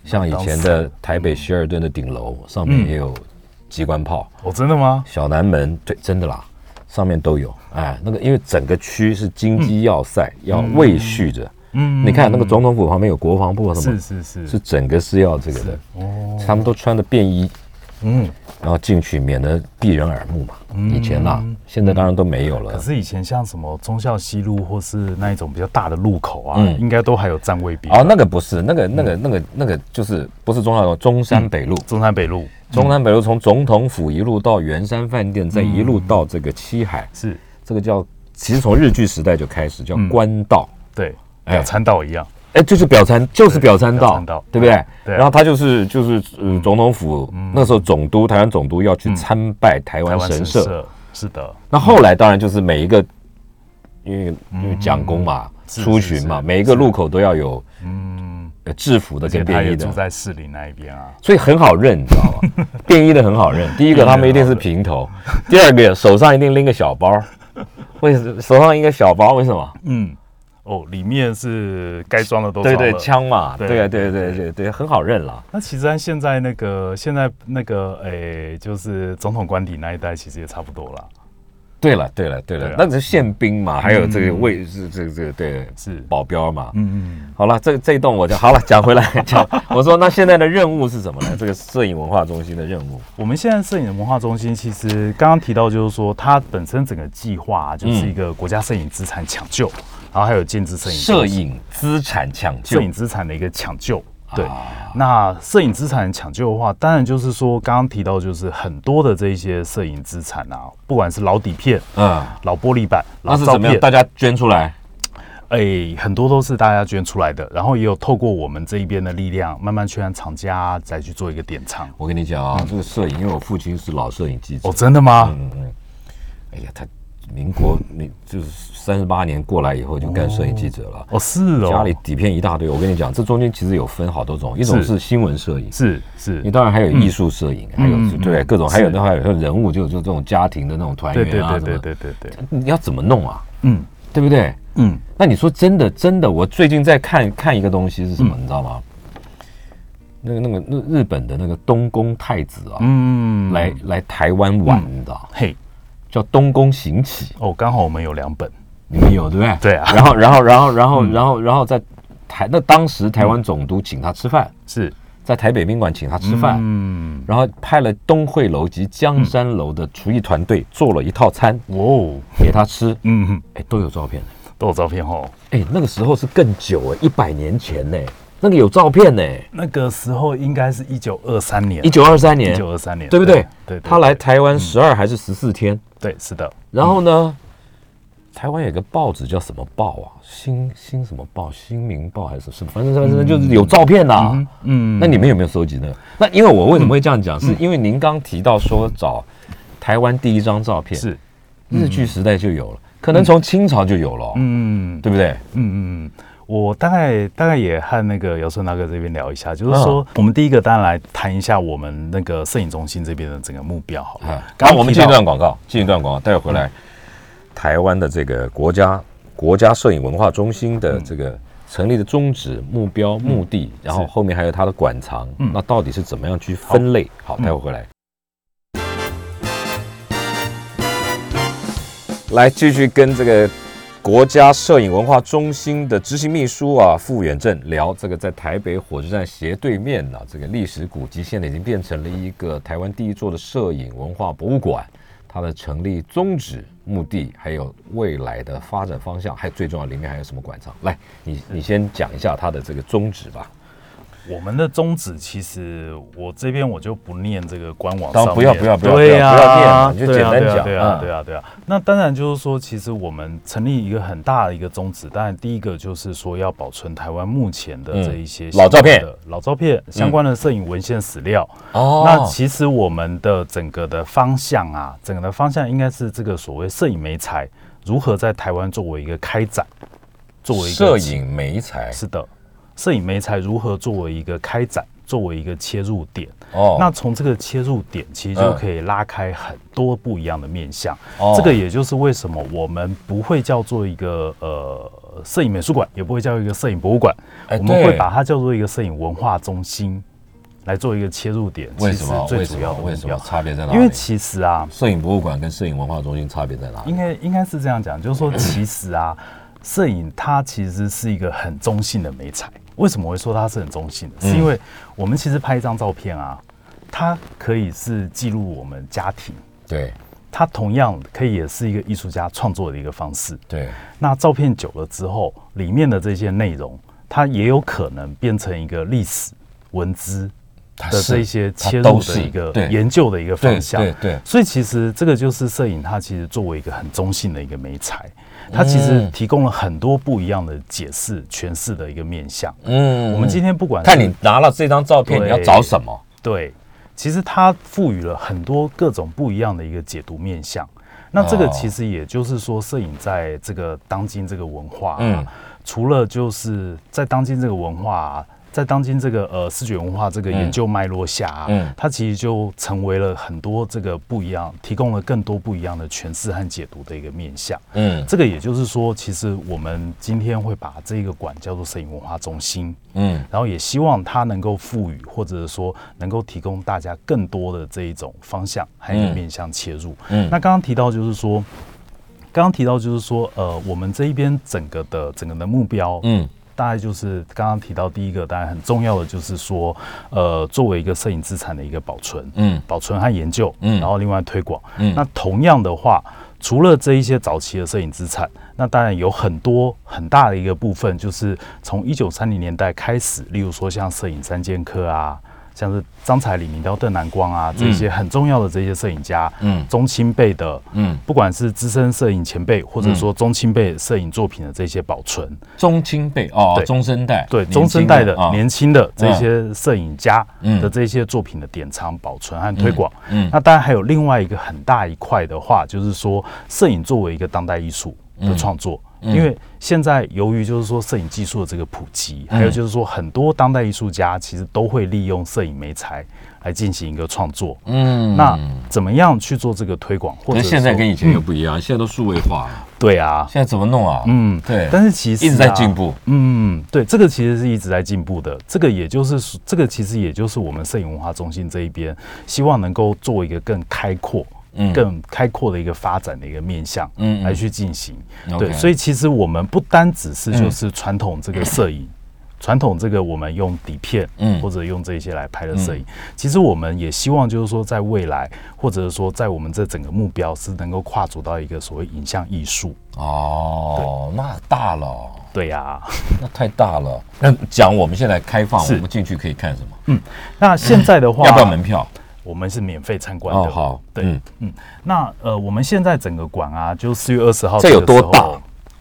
S2: 像以前的台北希尔顿的顶楼上
S3: 嗯
S2: 面也有机关炮，
S3: 哦，真的吗？
S2: 小南门对，真的啦，上面都有。哎，那个因为整个区是经济要塞，要卫戍着，
S3: 嗯
S2: 你看那个总统府旁边有国防部啊什么
S3: 是，是是
S2: 是整个是要这个的。哦，他们都穿的便衣，
S3: 嗯。
S2: 然后进去免得避人耳目嘛。以前呐、现在当然都没有
S3: 可
S2: 了。
S3: 是以前像什么忠孝西路或是那一种比较大的路口啊，
S2: 嗯
S3: 应该都还有站卫兵。
S2: 哦，那个不是，那个那个那
S3: 嗯
S2: 个那个就是不是中山路，中山北路。
S3: 中山北路
S2: 中山北路从总统府一路到圆山饭店，再一路到这个七海，
S3: 是
S2: 这个叫其实从日据时代就开始叫
S3: 嗯
S2: 官道。
S3: 对，
S2: 哎
S3: 表参道一样。
S2: 哎，就是表参，就是表参
S3: 表
S2: 道
S3: 参道，
S2: 对不对？
S3: 对嗯
S2: 然后他就是就是呃，总统府那时候总督台湾总督要去参拜台
S3: 台
S2: 湾
S3: 湾
S2: 神
S3: 神
S2: 社，
S3: 社是的，
S2: 那后来当然就是每一个，因为因为蒋公嘛，
S3: 嗯是
S2: 出
S3: 是
S2: 巡嘛，
S3: 是
S2: 每一个路口都要有
S3: 嗯，
S2: 呃制服的
S3: 而且
S2: 跟
S3: 他
S2: 便
S3: 也
S2: 衣
S3: 住
S2: 的，
S3: 在士林那一边啊。
S2: 所以很好认，你知道
S3: (laughs)
S2: 吗？便衣的很好认，第一个他们一定是平头，第二个手上一定拎个小包，为什手上一个小包？为什么？
S3: 嗯，哦，里面是该装的都装
S2: 对
S3: 了。
S2: 对，枪嘛，
S3: 对
S2: 对啊对对对对，很好认了。
S3: 那其实按现在那个现在那个诶、就是总统官邸那一带，其实也差不多啦。
S2: 对了，对了，对了
S3: 对啊，嗯
S2: 那是宪兵嘛，还有这个卫是这个这个对
S3: 是
S2: 保镖嘛。
S3: 嗯
S2: 好了，这这一栋我就好了。讲回来，讲我说那现在的任务是什么呢？这个摄影文化中心的任务，
S3: 我们现在摄影文化中心，其实刚刚提到就是说，它本身整个计划、啊、就是一个国家摄影资产抢救，然后还有建制摄影中
S2: 摄
S3: 心
S2: 影资产抢救啊
S3: 摄影资产的一个抢救。对，那摄影资产抢救的话，当然就是说刚刚提到，就是很多的这一些摄影资产啊，不管是老底片、
S2: 啊，
S3: 老玻璃板、
S2: 那
S3: 老
S2: 是
S3: 照
S2: 怎么样？
S3: 片，
S2: 大家捐出来，
S3: 哎、很多都是大家捐出来的，然后也有透过我们这一边的力量，慢慢去让厂家再去做一个典藏。
S2: 我跟你讲啊，这个摄影，因为我父亲是老摄影记者
S3: 哦，，真的吗？
S2: 嗯哎呀，他民国民就是三十八年过来以后就干摄影记者了。
S3: 哦，是哦，
S2: 家里底片一大堆，我跟你讲，这中间其实有分好多种，一种
S3: 是
S2: 是嗯新闻摄影，
S3: 是是
S2: 你，当然还有艺术摄影，还有对各种，还有
S3: 是
S2: 的话有时候人物就就这种家庭的那种团
S3: 对对
S2: 圆啊
S3: 对
S2: 什么
S3: 对
S2: 的，
S3: 对对对，
S2: 你要怎么弄啊？
S3: 嗯
S2: 对不对？
S3: 嗯，
S2: 那你说真的真的，我最近在看看一个东西是什么，你知道吗？那个那个那日本的那个东宫太子啊，
S3: 嗯，
S2: 来来台湾玩，你知道，
S3: 嘿，
S2: 叫东宫行乞，
S3: 哦，刚好我们有两本，
S2: 你们有对不对？
S3: 对啊嗯
S2: 然后然后然后然后然后然后在台那当时台湾总督请他吃饭，
S3: 是
S2: 在台北宾馆请他吃饭，
S3: 嗯，
S2: 然后派了东汇楼及江山楼的厨艺团队做了一套餐
S3: 哇哦，
S2: 给他吃，
S3: 嗯，
S2: 哎，都有照片的。
S3: 都有照片哦。
S2: 哎，那个时候是更久哎，一百年前呢，那个有照片呢，
S3: 那个时候应该是一九二三年，
S2: 一九二三年，
S3: 1923年
S2: 对不对？
S3: 对对对
S2: 他来台湾十二还是十四天，
S3: 对，是的，
S2: 然后呢，台湾有个报纸叫什么报啊？新新什么报？新民报还是什么？反正反正就是有照片呐。
S3: 嗯，
S2: 那你们有没有收集那个？那因为我为什么会这样讲，是因为您刚提到说找台湾第一张照片
S3: 是，
S2: 日据时代就有了，可能从清朝就有了哦，
S3: 嗯
S2: 对不对？
S3: 嗯嗯。我大概大概也和那个姚顺大哥这边聊一下，就是说，
S2: 嗯
S3: 我们第一个当然来谈一下我们那个摄影中心这边的整个目标好了
S2: 啊。，
S3: 刚
S2: 好，
S3: 刚
S2: 我们
S3: 提
S2: 进
S3: 到嗯
S2: 一段广告，进一段广告，待会回来，台湾的这个国家国家摄影文化中心
S3: 嗯
S2: 的这个。成立的宗旨、目标、目的，然后后面还有它的馆藏，
S3: 嗯
S2: 那到底是怎么样去分类？好，待会回来。来继续跟这个国家摄影文化中心的执行秘书啊傅远正聊这个在台北火车站斜对面啊，这个历史古迹现在已经变成了一个台湾第一座的摄影文化博物馆，它的成立宗旨、目的，还有未来的发展方向，还有最重要里面还有什么馆藏？来，你你先讲一下它的这个宗旨吧。
S3: 我们的宗旨其实，我这边我就不念这个官网
S2: 当
S3: 上
S2: 然
S3: 面，
S2: 不要不要不要
S3: 对呀、
S2: 不要不要念你就
S3: 对啊
S2: 简单讲
S3: 对
S2: 嗯
S3: 啊对啊对啊对啊。那当然就是说，其实我们成立一个很大的一个宗旨，当然第一个就是说要保存台湾目前的这一些
S2: 嗯老照片
S3: 相关的、老照片相关的摄影文献史料。
S2: 哦
S3: 那其实我们的整个的方向啊，整个的方向应该是这个所谓摄影媒材如何在台湾作为一个开展，作为一
S2: 摄
S3: 个
S2: 影媒材
S3: 是的，摄影媒材如何作为一个开展，作为一个切入点。
S2: 哦
S3: 那从这个切入点，其实就
S2: 嗯
S3: 可以拉开很多不一样的面向。
S2: 哦
S3: 这个也就是为什么我们不会叫做一个呃摄影美术馆，也不会叫一个摄影博物馆，
S2: 哎
S3: 我们会
S2: 对
S3: 把它叫做一个摄影文化中心，来做一个切入点。
S2: 为
S3: 其
S2: 什
S3: 实
S2: 么
S3: 最
S2: 为
S3: 主
S2: 什
S3: 要
S2: 么
S3: 的
S2: 为
S3: 目
S2: 什么
S3: 标，
S2: 差别在哪里？
S3: 因为其实啊，
S2: 摄影博物馆跟摄影文化中心差别在哪里
S3: 应？该应该是这样讲，就是说，其实啊，摄影它其实是一个很中性的美材。为什么我会说它是很中性的？是因为我们其实拍一张照片啊，它可以是记录我们家庭，
S2: 对
S3: 它同样可以也是一个艺术家创作的一个方式。
S2: 对
S3: 那照片久了之后，里面的这些内容，它也有可能变成一个历史文资
S2: 它
S3: 的
S2: 啊是
S3: 这些
S2: 它
S3: 切
S2: 都
S3: 入
S2: 是
S3: 的一个
S2: 对
S3: 研究的一个
S2: 对
S3: 方向。
S2: 对对
S3: 所以其实这个就是摄影，它其实作为一个很中性的一个美材，
S2: 嗯
S3: 它其实提供了很多不一样的解释、诠释的一个面向。
S2: 嗯
S3: 我们今天不管是
S2: 看你拿了这张照片，你
S3: 对
S2: 要找什么？
S3: 对，其实它赋予了很多各种不一样的一个解读面向。那这个
S2: 哦
S3: 其实也就是说，摄影在这个当今这个文化、啊，
S2: 嗯
S3: 除了就是在当今这个文化、啊，在当今这个呃视觉文化这个研究脉络下、啊，
S2: 嗯
S3: 它其实就成为了很多这个不一样，提供了更多不一样的诠释和解读的一个面向。
S2: 嗯
S3: 这个也就是说，其实我们今天会把这个馆叫做摄影文化中心。
S2: 嗯，
S3: 然后也希望它能够赋予，或者是说能够提供大家更多的这一种方向，还有一个面向切入。
S2: 嗯
S3: 那刚刚提到就是说，刚刚提到就是说，呃，我们这一边整个的整个的目标，
S2: 嗯，
S3: 大概就是刚刚提到第一个，当然很重要的就是说，呃，作为一个摄影资产的一个保存，
S2: 嗯
S3: 保存和研究，
S2: 嗯
S3: 然后另外推广，
S2: 嗯
S3: 那同样的话。除了这一些早期的摄影资产，那当然有很多很大的一个部分，就是从一九三零年代开始，例如说像摄影三剑客啊，像是张彩礼、明雕、邓南光啊这些很重要的这些摄影家，
S2: 嗯
S3: 中青辈的，
S2: 嗯，
S3: 不管是资深摄影前辈，或者说中青辈摄影作品的这些保存，
S2: 中青辈哦，
S3: 对
S2: 中生代，
S3: 对
S2: 年
S3: 中生代的
S2: 轻啊
S3: 年轻的这些摄影家
S2: 嗯
S3: 的这些作品的典藏、保存和推广。
S2: 嗯
S3: 那当然还有另外一个很大一块的话，就是说摄影作为一个当代艺术的
S2: 嗯
S3: 创作。因为现在由于就是说摄影技术的这个普及，
S2: 嗯
S3: 还有就是说很多当代艺术家其实都会利用摄影媒材来进行一个创作。
S2: 嗯，
S3: 那怎么样去做这个推广？或
S2: 可
S3: 者
S2: 是现在
S3: 说
S2: 跟以前又不一样，现在都数位化了，
S3: 对啊，
S2: 现在怎么弄啊？
S3: 嗯，
S2: 对，
S3: 但是其实、啊、
S2: 一直在进步。
S3: 嗯，对，这个其实是一直在进步的。这个也就是说这个其实也就是我们摄影文化中心这一边希望能够做一个更开阔、
S2: 嗯
S3: 更开阔的一个发展的一个面向，
S2: 嗯嗯
S3: 来去进行。
S2: OK 嗯
S3: 对，所以其实我们不单只是就是传统这个
S2: (coughs)
S3: 摄影。传统这个我们用底片，
S2: 嗯
S3: 或者用这些来拍的摄影，其实我们也希望就是说，在未来，或者是说在我们这整个目标是能够跨足到一个所谓影像艺术，
S2: 哦，那大了哦，
S3: 对呀、
S2: 那太大了。那讲我们现在开放，我
S3: 是
S2: 们进去可以看什么？
S3: 那现在的话，
S2: 要不要门票？
S3: 我们是免费参观的。
S2: 哦，好，
S3: 对，
S2: 嗯
S3: 嗯那呃，我们现在整个馆啊，就四月二十号
S2: 这
S3: 个
S2: 有多
S3: 时候
S2: 大？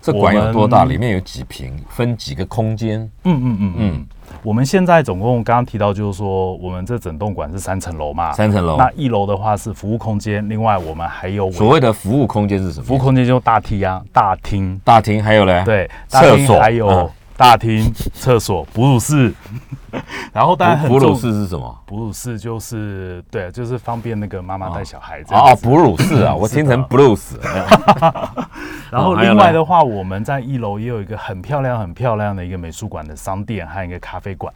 S2: 这馆
S3: 我
S2: 有
S3: 们
S2: 多大？里面有几平？分几个空间？
S3: 嗯嗯嗯嗯。
S2: 嗯，
S3: 我们现在总共刚刚提到，就是说我们这整栋馆是三层楼嘛，
S2: 三层楼
S3: 那一楼的话是服务空间，另外我们还有
S2: 所谓的服务空间是什么？
S3: 服务空间就大厅啊，大厅
S2: 大厅还有嘞？，
S3: 对，
S2: 厕
S3: 大厅
S2: 所
S3: 还
S2: 嗯
S3: 有大厅、厕所、哺乳室， (laughs) 然后当然很
S2: 哺乳
S3: 重
S2: 室是什么？
S3: 哺乳室就是对，就是方便那个妈妈带小孩这样
S2: 哦，
S3: 子。
S2: 哺乳室
S3: (laughs)
S2: 啊，我听成 blues。 (laughs)
S3: 然后
S2: 哦还有
S3: 另外
S2: 嘞
S3: 的话，我们在一楼也有一个很漂亮、很漂亮的一个美术馆的商店和一个咖啡馆。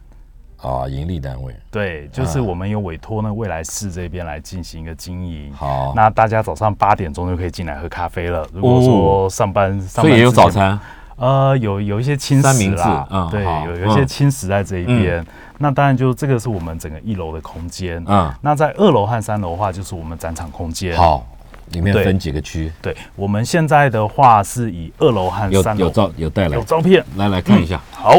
S2: 啊，盈利单位。
S3: 对，
S2: 嗯
S3: 就是我们有委托呢未来市这边来进行一个经营。
S2: 好
S3: 那大家早上八点钟就可以进来喝咖啡了。如果说上班，上
S2: 所
S3: 班
S2: 以也有
S3: 之前
S2: 早，餐，
S3: 呃，有有一些轻食啦
S2: 三明治嗯
S3: 对，
S2: 好
S3: 有有一些
S2: 嗯
S3: 轻食在这一边。那当然就这个是我们整个一楼的空间。
S2: 嗯
S3: 那在二楼和三楼的话，就是我们展场空间。，
S2: 好，里面
S3: 对
S2: 分几个区，
S3: 对，我们现在的话是以二楼和
S2: 有
S3: 三楼
S2: 有照有带来
S3: 有，照片。
S2: 来来看一下，
S3: 好，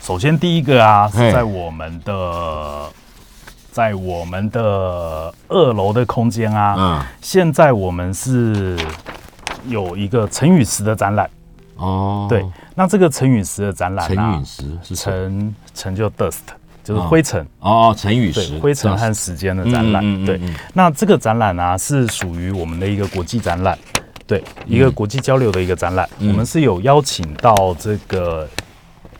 S3: 首先第一个啊
S2: 嘿
S3: 是在我们的，在我们的二楼的空间啊，
S2: 嗯，
S3: 现在我们是有一个陈雨石的展览，
S2: 哦，
S3: 对，，那这个陈雨石的展览
S2: 陈
S3: 啊
S2: 陨，石是谁？
S3: 陈陈就 dust 就是
S2: 嗯
S3: 灰尘，
S2: 哦，陈陨石
S3: 对，，灰尘和时间的展览，
S2: 嗯嗯嗯嗯
S3: 对
S2: 嗯，
S3: 那这个展览啊是属于我们的一个国际展览。对，一个国际交流的一个展览，
S2: 嗯
S3: 我们是有邀请到这个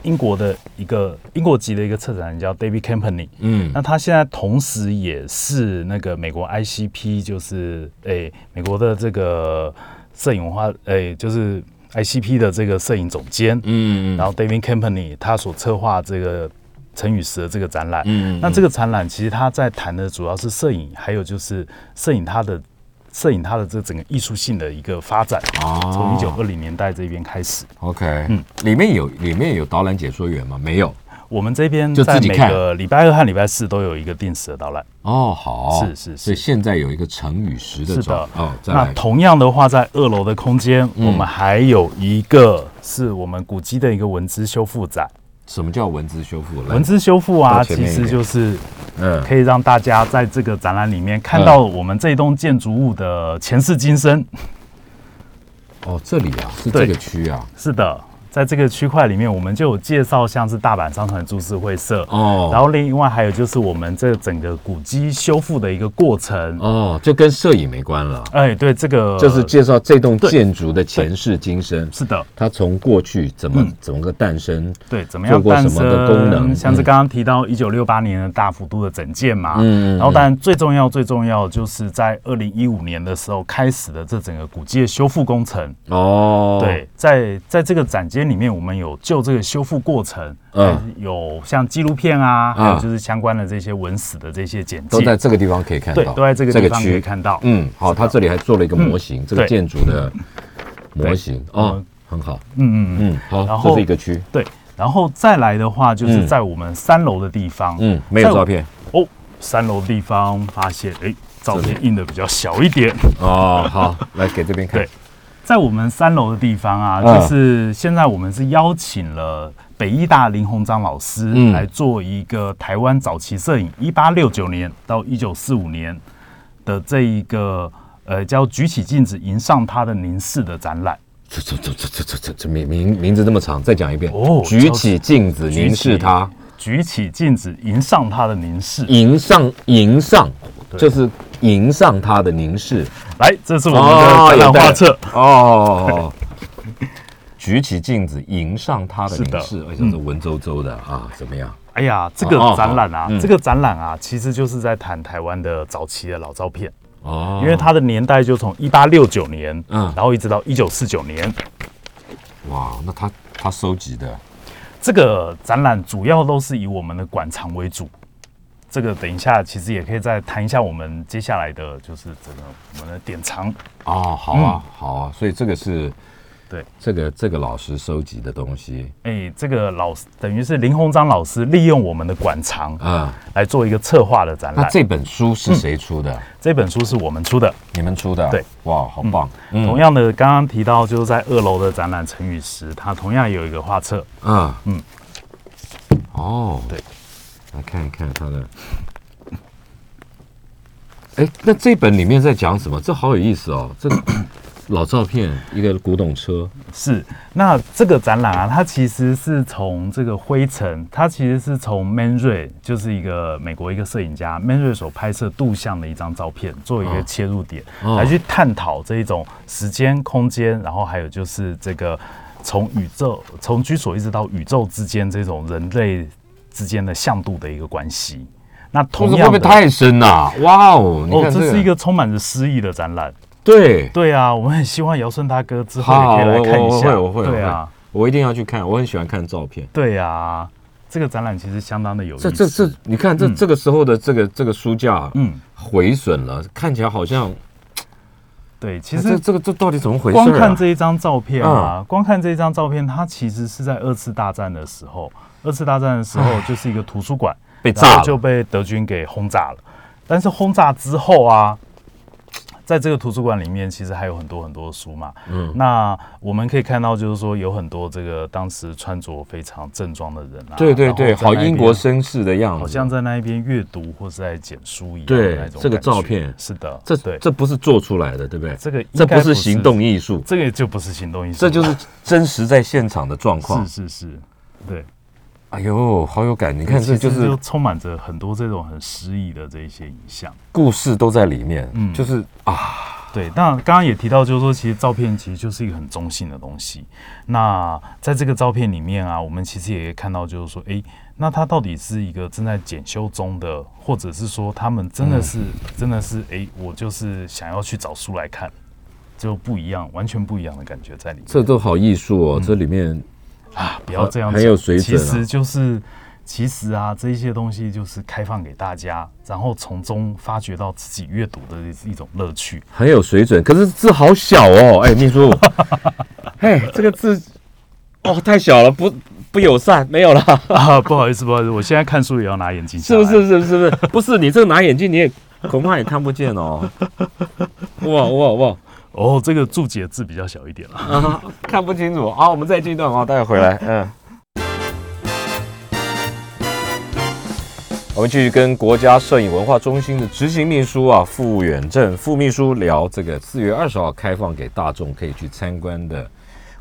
S3: 英国的一个英国籍的一个策展人叫 David Company，
S2: 嗯
S3: 那他现在同时也是那个美国 ICP，就是诶、美国的这个摄影文化，诶、就是 ICP 的这个摄影总监。
S2: 嗯
S3: 然后 David Company 他所策划这个陈宇石的这个展览。
S2: 嗯
S3: 那这个展览其实他在谈的主要是摄影，还有就是摄影它的摄影它的这整个艺术性的一个发展，从一九二零年代这边开始。
S2: 哦 OK，嗯，里面有里面有导览解说员吗？没有。
S3: 我们这边
S2: 就自
S3: 在
S2: 己
S3: 每
S2: 看
S3: 个礼拜二和礼拜四都有一个定时的导览。
S2: 哦，好，
S3: 是是
S2: 所以
S3: 是
S2: 现在有一个成语十的
S3: 是
S2: 状
S3: 的，
S2: 哦，再
S3: 那
S2: 来，
S3: 同样的话，在二楼的空间，
S2: 嗯
S3: 我们还有一个是我们古迹的一个文字修复展。
S2: 什么叫文字修复？来
S3: 文，字修复
S2: 到
S3: 啊，
S2: 前面
S3: 其
S2: 一
S3: 实
S2: 点
S3: 就是
S2: 嗯，
S3: 可以让大家在这个展览里面看到我们这栋建筑物的前世今生。
S2: 哦，这里啊，是这
S3: 对
S2: 个区啊，
S3: 是的，在这个区块里面，我们就有介绍像是大阪商船株式会社，
S2: 哦
S3: 然后另外还有就是我们这整个古迹修复的一个过程。
S2: 哦，就跟摄影没关了，
S3: 哎，对，这个
S2: 就是介绍这栋
S3: 对
S2: 建筑的前世今生，
S3: 是的，嗯
S2: 它从过去怎么怎么个诞生，
S3: 对，怎么
S2: 做
S3: 样
S2: 过
S3: 诞
S2: 什
S3: 生
S2: 么的功能
S3: 像是
S2: 嗯
S3: 刚刚提到一九六八年的大幅度的整建嘛，
S2: 嗯嗯
S3: 嗯，然后当然最重要最重要就是在二零一五年的时候开始的这整个古迹的修复工程。
S2: 哦，
S3: 对，在在这个展间里面，我们有就这个修复过程，
S2: 嗯
S3: 嗯，有像纪录片啊，还
S2: 嗯
S3: 有就是相关的这些文史的这些简
S2: 都
S3: 介
S2: 在，这个地方可以看
S3: 对
S2: 到，，
S3: 都在这个地方可
S2: 区
S3: 以看到。嗯
S2: 嗯，好，他这里还做了一个模型，这个
S3: 对
S2: 建筑的模型哦
S3: 嗯，
S2: 很好，
S3: 嗯嗯嗯，
S2: 嗯，
S3: 然
S2: 好，
S3: 后
S2: 这是一个区，
S3: 对。然后再来的话，就是
S2: 嗯
S3: 在我们三楼的地方，
S2: 嗯，没有
S3: 在我
S2: 照片
S3: 哦，三楼的地方发现，哎，照片印的比较小一点。
S2: 哦，好，来给这边看
S3: 对，在我们三楼的地方啊，
S2: 嗯
S3: 就是现在我们是邀请了北医大林鸿章老师
S2: 嗯
S3: 来做一个台湾早期摄影一八六九年到一九四五年的这一个呃叫“举起镜子迎上他的凝视”的展览。
S2: 这这这这这这这这名名名字这么长，再讲一遍
S3: 哦
S2: 举起镜子
S3: 举
S2: 凝
S3: 起
S2: 视嗯它，，
S3: 举起镜子迎上他的凝视。
S2: 迎上迎上，就是迎上它的凝视。
S3: 来，这 (laughs) 是我们的展览画册。
S2: 哦。举起镜子，迎上它的凝
S3: 是
S2: 视，
S3: 的嗯
S2: 而且是文绉绉的啊，怎么样？
S3: 哎呀，这个
S2: 哦哦
S3: 展览啊，
S2: 嗯
S3: 这个展览啊，其实就是在谈台湾的早期的老照片。
S2: 哦，
S3: 因为它的年代就从一八六九年，
S2: 嗯
S3: 嗯，然后一直到一九四九年。
S2: 哇，那他他收集的
S3: 这个展览主要都是以我们的馆藏为主。这个等一下其实也可以再谈一下我们接下来的就是整个我们的典藏。
S2: 哦，好啊，好啊，所以这个是，
S3: 对，
S2: 这个这个老师收集的东西
S3: 哎，这个老师等于是林鸿章老师利用我们的馆藏
S2: 啊。
S3: 来做一个策划的展
S2: 那
S3: 览。
S2: 啊这本书是谁出的？
S3: 这本书是我们出的。
S2: 你们出的啊？
S3: 嗯对，嗯
S2: 哇，好棒！
S3: 同样的，刚刚提到就是在二楼的展览《成语时》，它同样有一个画册。
S2: 嗯嗯
S3: 嗯，
S2: 哦，
S3: 对，
S2: 来看一看他的。哎，那这本里面在讲什么？这好有意思哦，这老照片，一个古董车，
S3: 是，那这个展览啊，它其实是从这个灰尘，它其实是从 Man Ray，就是一个美国一个摄影家 Man Ray 所拍摄杜像的一张照片，作为一个切入点，
S2: 哦
S3: 来去探讨这一种时间、空间，然后还有就是这个从宇宙、从居所一直到宇宙之间这种人类之间的向度的一个关系。那
S2: 这
S3: 同
S2: 个会不
S3: 样
S2: 会
S3: 的，
S2: 太深了、哇哦，你
S3: 哦，
S2: 看
S3: 这
S2: 这
S3: 是一个充满着诗意的展览。
S2: 对，
S3: 对啊，我们很希望尧舜大哥之后
S2: 好，
S3: 也可以
S2: 我
S3: 来看一
S2: 我
S3: 下。
S2: 会我会，
S3: 对啊。
S2: 我会，我一定要去看，我很喜欢看照片。
S3: 对呀、这个展览其实相当的有意
S2: 这
S3: 思。
S2: 这这，你看这、这个时候的这个这个书架，嗯
S3: 嗯，
S2: 毁损了，看起来好像，
S3: 对，其
S2: 哎
S3: 实
S2: 这这个这到底怎么回事、啊？嗯
S3: 光看这一张照片啊，光看这一张照片，它其实是在二次大战的时候，二次大战的时候就是一个图书馆
S2: 被
S3: 然
S2: 炸
S3: 后就
S2: 了，
S3: 被德军给轰炸了。但是轰炸之后啊，在这个图书馆里面，其实还有很多很多书嘛。嗯，那我们可以看到，就是说有很多这个当时穿着非常正装的人啊，
S2: 对对对，
S3: 然后
S2: 好
S3: 在那边
S2: 英国绅士的样子，
S3: 好像在那一边阅读或是在捡书一样
S2: 对
S3: 的那种感觉。
S2: 这个照片
S3: 是的，
S2: 这
S3: 对
S2: 这不是做出来的，对不对？
S3: 这个应
S2: 这
S3: 该嗯
S2: 不是行动，艺术，
S3: 这个就不是行动艺术，
S2: 这就是真实在现场的状况
S3: 是。是是，对。
S2: 哎呦，好有感！你看，这
S3: 其
S2: 就
S3: 实
S2: 是
S3: 就充满着很多这种很诗意的这一些影像。
S2: 故事都在里面，
S3: 嗯
S2: 就是啊，
S3: 对，那刚刚也提到，就是说，其实照片其实就是一个很中性的东西。那在这个照片里面啊，我们其实也可以看到，就是说，诶，那它到底是一个正在检修中的，或者是说，他们真的是、
S2: 嗯
S3: 真的是，诶，我就是想要去找书来看，就不一样，完全不一样的感觉在里面。嗯
S2: 这都好艺术哦。这里面
S3: 不要这样讲，
S2: 很有水准啊
S3: 其实就是其实啊，这一些东西就是开放给大家，然后从中发掘到自己阅读的一种乐趣。
S2: 很有水准，可是字好小
S3: (laughs)
S2: 哦，哎，秘书，哎，这个字哦太小了，不不友善，没有
S3: (laughs)
S2: 啦，
S3: 啊，不好意思，不好意思，我现在看书也要拿眼镜下
S2: 是不
S3: 来，
S2: 是？是不是？是不是？不是你这个拿眼镜你也恐怕也看不见
S3: (laughs)
S2: 哦，哇哇哇
S3: 哦，这个注解字比较小一点了。
S2: 啊，看不清楚啊，我们再进一段啊，待会回来，嗯。我们继续跟国家摄影文化中心的执行秘书啊傅远正副秘书聊这个四月二十号开放给大众可以去参观的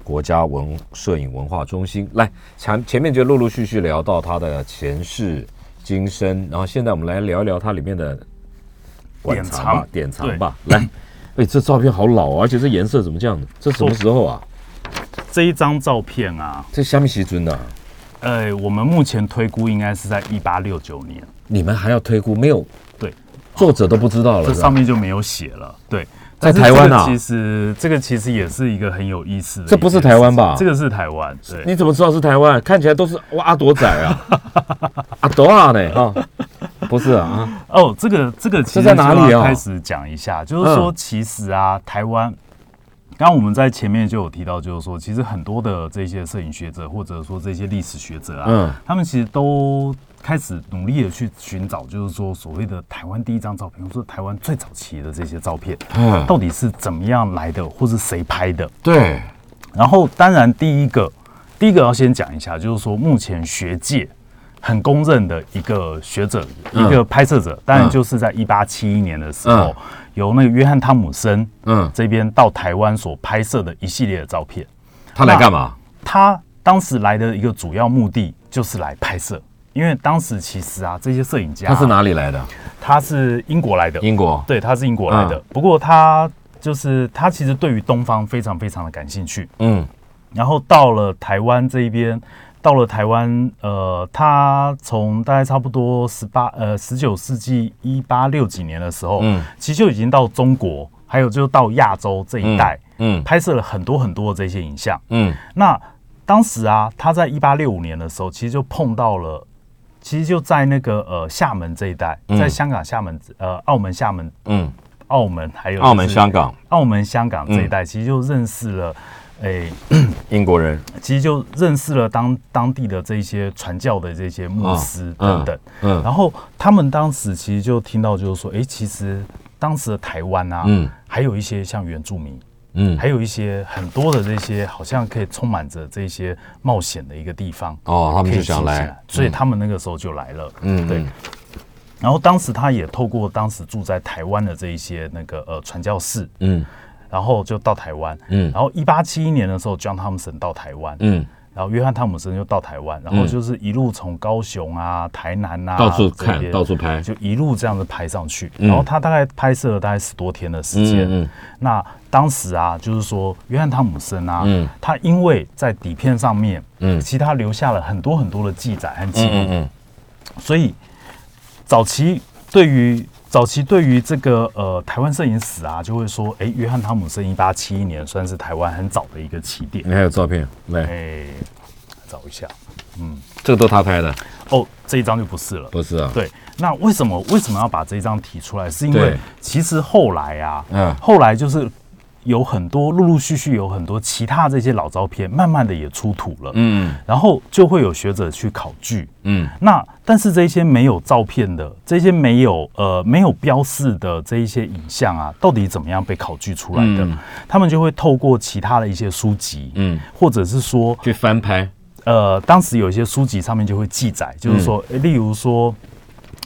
S2: 国家文摄影文化中心。来，前前面就陆陆续续聊到它的前世今生，然后现在我们来聊一聊它里面的馆藏吧典藏吧。来，哎，这照片好老、啊，而且这颜色怎么这样的？这什么时候啊？
S3: 这一张照片啊，
S2: 这虾米西尊的啊、
S3: 呃，我们目前推估应该是在一八六九年，
S2: 你们还要推估？没有，
S3: 对，
S2: 作者都不知道了。
S3: 这
S2: 是吧
S3: 上面就没有写了。对，
S2: 啊在
S3: 但是这个
S2: 台湾啊
S3: 其实这个其实也是一个很有意思的一件事
S2: 这
S3: 情。
S2: 不是台湾吧
S3: 这个是台湾，
S2: 你
S3: 对，
S2: 怎么知道是台湾？看起来都是哇阿朵仔啊，
S3: (laughs)
S2: 阿朵啊呢啊，不是啊啊，
S3: 哦，这个这个其
S2: 这
S3: 实
S2: 在哪里啊
S3: 就要开始讲一下，就是说，
S2: 嗯
S3: 其实啊，台湾。刚刚我们在前面就有提到，就是说，其实很多的这些摄影学者，或者说这些历史学者啊，
S2: 嗯
S3: 他们其实都开始努力的去寻找，就是说所谓的台湾第一张照片，或者说台湾最早期的这些照片，
S2: 嗯
S3: 到底是怎么样来的，或是谁拍的？
S2: 对，
S3: 然后，当然第一个，第一个要先讲一下，就是说目前学界很公认的一个学者，
S2: 嗯
S3: 一个拍摄者，当
S2: 嗯
S3: 然就是在一八七一年的时候
S2: 嗯，
S3: 由那个约翰汤姆森
S2: 嗯，
S3: 这边到台湾所拍摄的一系列的照片。
S2: 他来干嘛？
S3: 他当时来的一个主要目的就是来拍摄，因为当时其实啊，这些摄影家啊
S2: 他是？哪里来的？
S3: 他是英国来的，
S2: 英国。
S3: 对，他是英国来的。
S2: 嗯
S3: 不过他就是他其实对于东方非常非常的感兴趣。
S2: 嗯，
S3: 然后到了台湾这一边，到了台湾，呃，他从大概差不多十八呃十九世纪一八六几年的时候，
S2: 嗯
S3: 嗯，其实就已经到中国，还有就到亚洲这一带，
S2: 嗯
S3: 拍摄了很多很多的这些影像。
S2: 嗯
S3: 那当时啊，他在一八六五年的时候，其实就碰到了，其实就在那个呃厦门这一带，
S2: 嗯
S3: 在香港、厦门、呃澳门、厦门、
S2: 嗯，
S3: 澳门还有就是
S2: 澳门、香、港，嗯
S3: 澳门、香港这一带，其实就认识了，诶、
S2: 英国人。
S3: 其实就认识了当当地的这一些传教的这些牧师等等。
S2: 嗯
S3: 然后他们当时其实就听到，就是说，哎，其实当时的台湾啊，
S2: 嗯
S3: 还有一些像原住民，
S2: 嗯，
S3: 还有一些很多的这些，好像可以充满着这些冒险的一个地方。
S2: 哦，他
S3: 可
S2: 们
S3: 以
S2: 就
S3: 记
S2: 想
S3: 起
S2: 来
S3: 来，，所以他们那个时候就来了。
S2: 嗯
S3: 对
S2: 嗯。
S3: 然后当时他也透过当时住在台湾的这一些那个呃传教士，
S2: 嗯
S3: 然后就到台湾。
S2: 嗯
S3: 然后一八七一年的时候，John Thompson 到台湾，
S2: 嗯，
S3: 然后约翰汤姆森就到台湾，然后就是一路从高雄啊、台南啊
S2: 到处
S3: 这
S2: 看，
S3: 边
S2: 到处拍。
S3: 就一路这样子拍上去。
S2: 嗯
S3: 然后他大概拍摄了大概十多天的时间。
S2: 嗯嗯
S3: 那当时啊，就是说约翰汤姆森啊，
S2: 嗯
S3: 他因为在底片上面，
S2: 嗯
S3: 其实他留下了很多很多的记载和记录，
S2: 嗯嗯
S3: 所以早期对于早期对于这个呃台湾摄影史啊，就会说，哎，约翰汤姆森一八七一年算是台湾很早的一个起点
S2: 嗯，。你还有照片？来，
S3: 哎，找一下，
S2: 这个都他拍的，
S3: 哦，这一张就不是了。
S2: 不是啊？
S3: 对，那为什么为什么要把这一张提出来？是因为
S2: 对
S3: 其实后来啊，
S2: 嗯
S3: 后来就是有很多陆陆续续有很多其他这些老照片，慢慢的也出土了，
S2: 嗯
S3: 然后就会有学者去考据。
S2: 嗯
S3: 那但是这些没有照片的，这些没有呃没有标示的这一些影像啊，到底怎么样被考据出来的？
S2: 嗯
S3: 他们就会透过其他的一些书籍，
S2: 嗯，
S3: 或者是说
S2: 去翻拍。
S3: 呃，当时有一些书籍上面就会记载，就是说，诶例如说，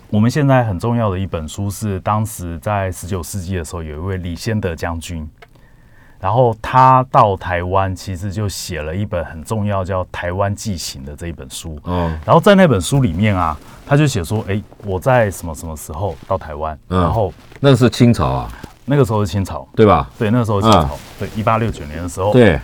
S3: 我们现在很重要的一本书是当时在十九世纪的时候，有一位李先德将军，然后他到台湾，其实就写了一本很重要叫《台湾纪行》的这一本书。
S2: 哦，
S3: 然后在那本书里面啊，他就写说，诶，我在什么什么时候到台湾，
S2: 嗯
S3: 然后
S2: 那个是清朝啊，
S3: 那个时候是清朝，
S2: 对吧？
S3: 对，那个时候是清朝，对，一八六九年的时候，
S2: 对，